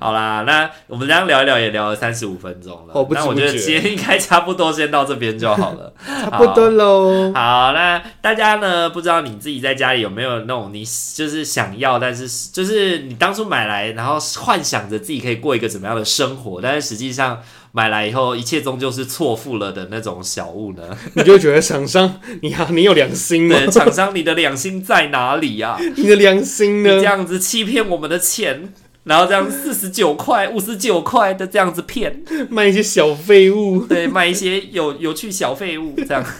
Speaker 2: 好啦，那我们这样聊一聊，也聊了三十五分钟了。
Speaker 1: 哦不知
Speaker 2: 那我觉得
Speaker 1: 不觉
Speaker 2: 今天应该差不多，先到这边就好了。
Speaker 1: 差不多喽。
Speaker 2: 好，那大家呢？不知道你自己在家里有没有那种你就是想要，但是就是你当初买来，然后幻想着自己可以过一个怎么样的生活，但是实际上买来以后，一切终究是错付了的那种小物呢？
Speaker 1: 你就觉得厂商，你好，你有良心吗？
Speaker 2: 对，厂商，你的良心在哪里啊呀、
Speaker 1: 你的良心
Speaker 2: 你这
Speaker 1: 呢？
Speaker 2: 样子欺骗我们的钱，然后这样四十九块、五十九块的这样子骗，
Speaker 1: 卖一些小废物，
Speaker 2: 对，卖一些有 有趣小废物这样。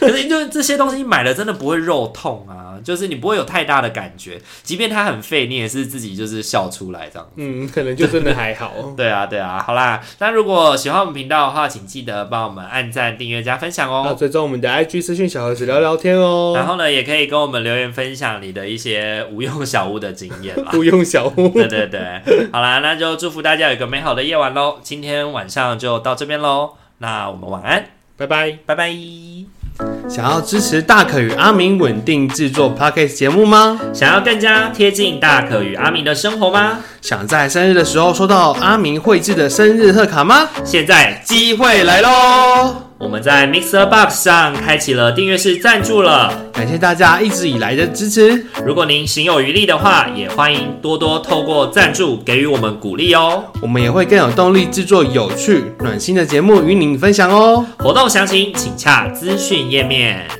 Speaker 2: 可是就是这些东西买了真的不会肉痛啊，就是你不会有太大的感觉，即便它很废，你也是自己就是笑出来这样。
Speaker 1: 嗯，可能就真的还 好。
Speaker 2: 对啊，对啊，好啦，那如果喜欢我们频道的话，请记得帮我们按赞、订阅、加分享哦。
Speaker 1: 那最终我们的 IG 私讯小盒子聊聊天哦
Speaker 2: 然，后呢，也可以跟我们留言分享你的一些无用小物的经验啦。
Speaker 1: 不用小 屋。
Speaker 2: 对对对，好啦，那就祝福大家有一个美好的夜晚喽。今天晚上就到这边喽，那我们晚安，
Speaker 1: 拜拜。
Speaker 2: 拜拜。
Speaker 1: 想要支持大可与阿明稳定制作 Podcast 节目吗？
Speaker 2: 想要更加贴近大可与阿明的生活吗？
Speaker 1: 想在生日的时候收到阿明绘制的生日贺卡吗？
Speaker 2: 现在
Speaker 1: 机会来喽！
Speaker 2: 我们在 Mixer Box 上开启了订阅式赞助了。
Speaker 1: 感谢大家一直以来的支持，
Speaker 2: 如果您行有余力的话，也欢迎多多透过赞助给予我们鼓励哦。
Speaker 1: 我们也会更有动力制作有趣、暖心的节目与您分享哦。
Speaker 2: 活动详情请洽资讯页面。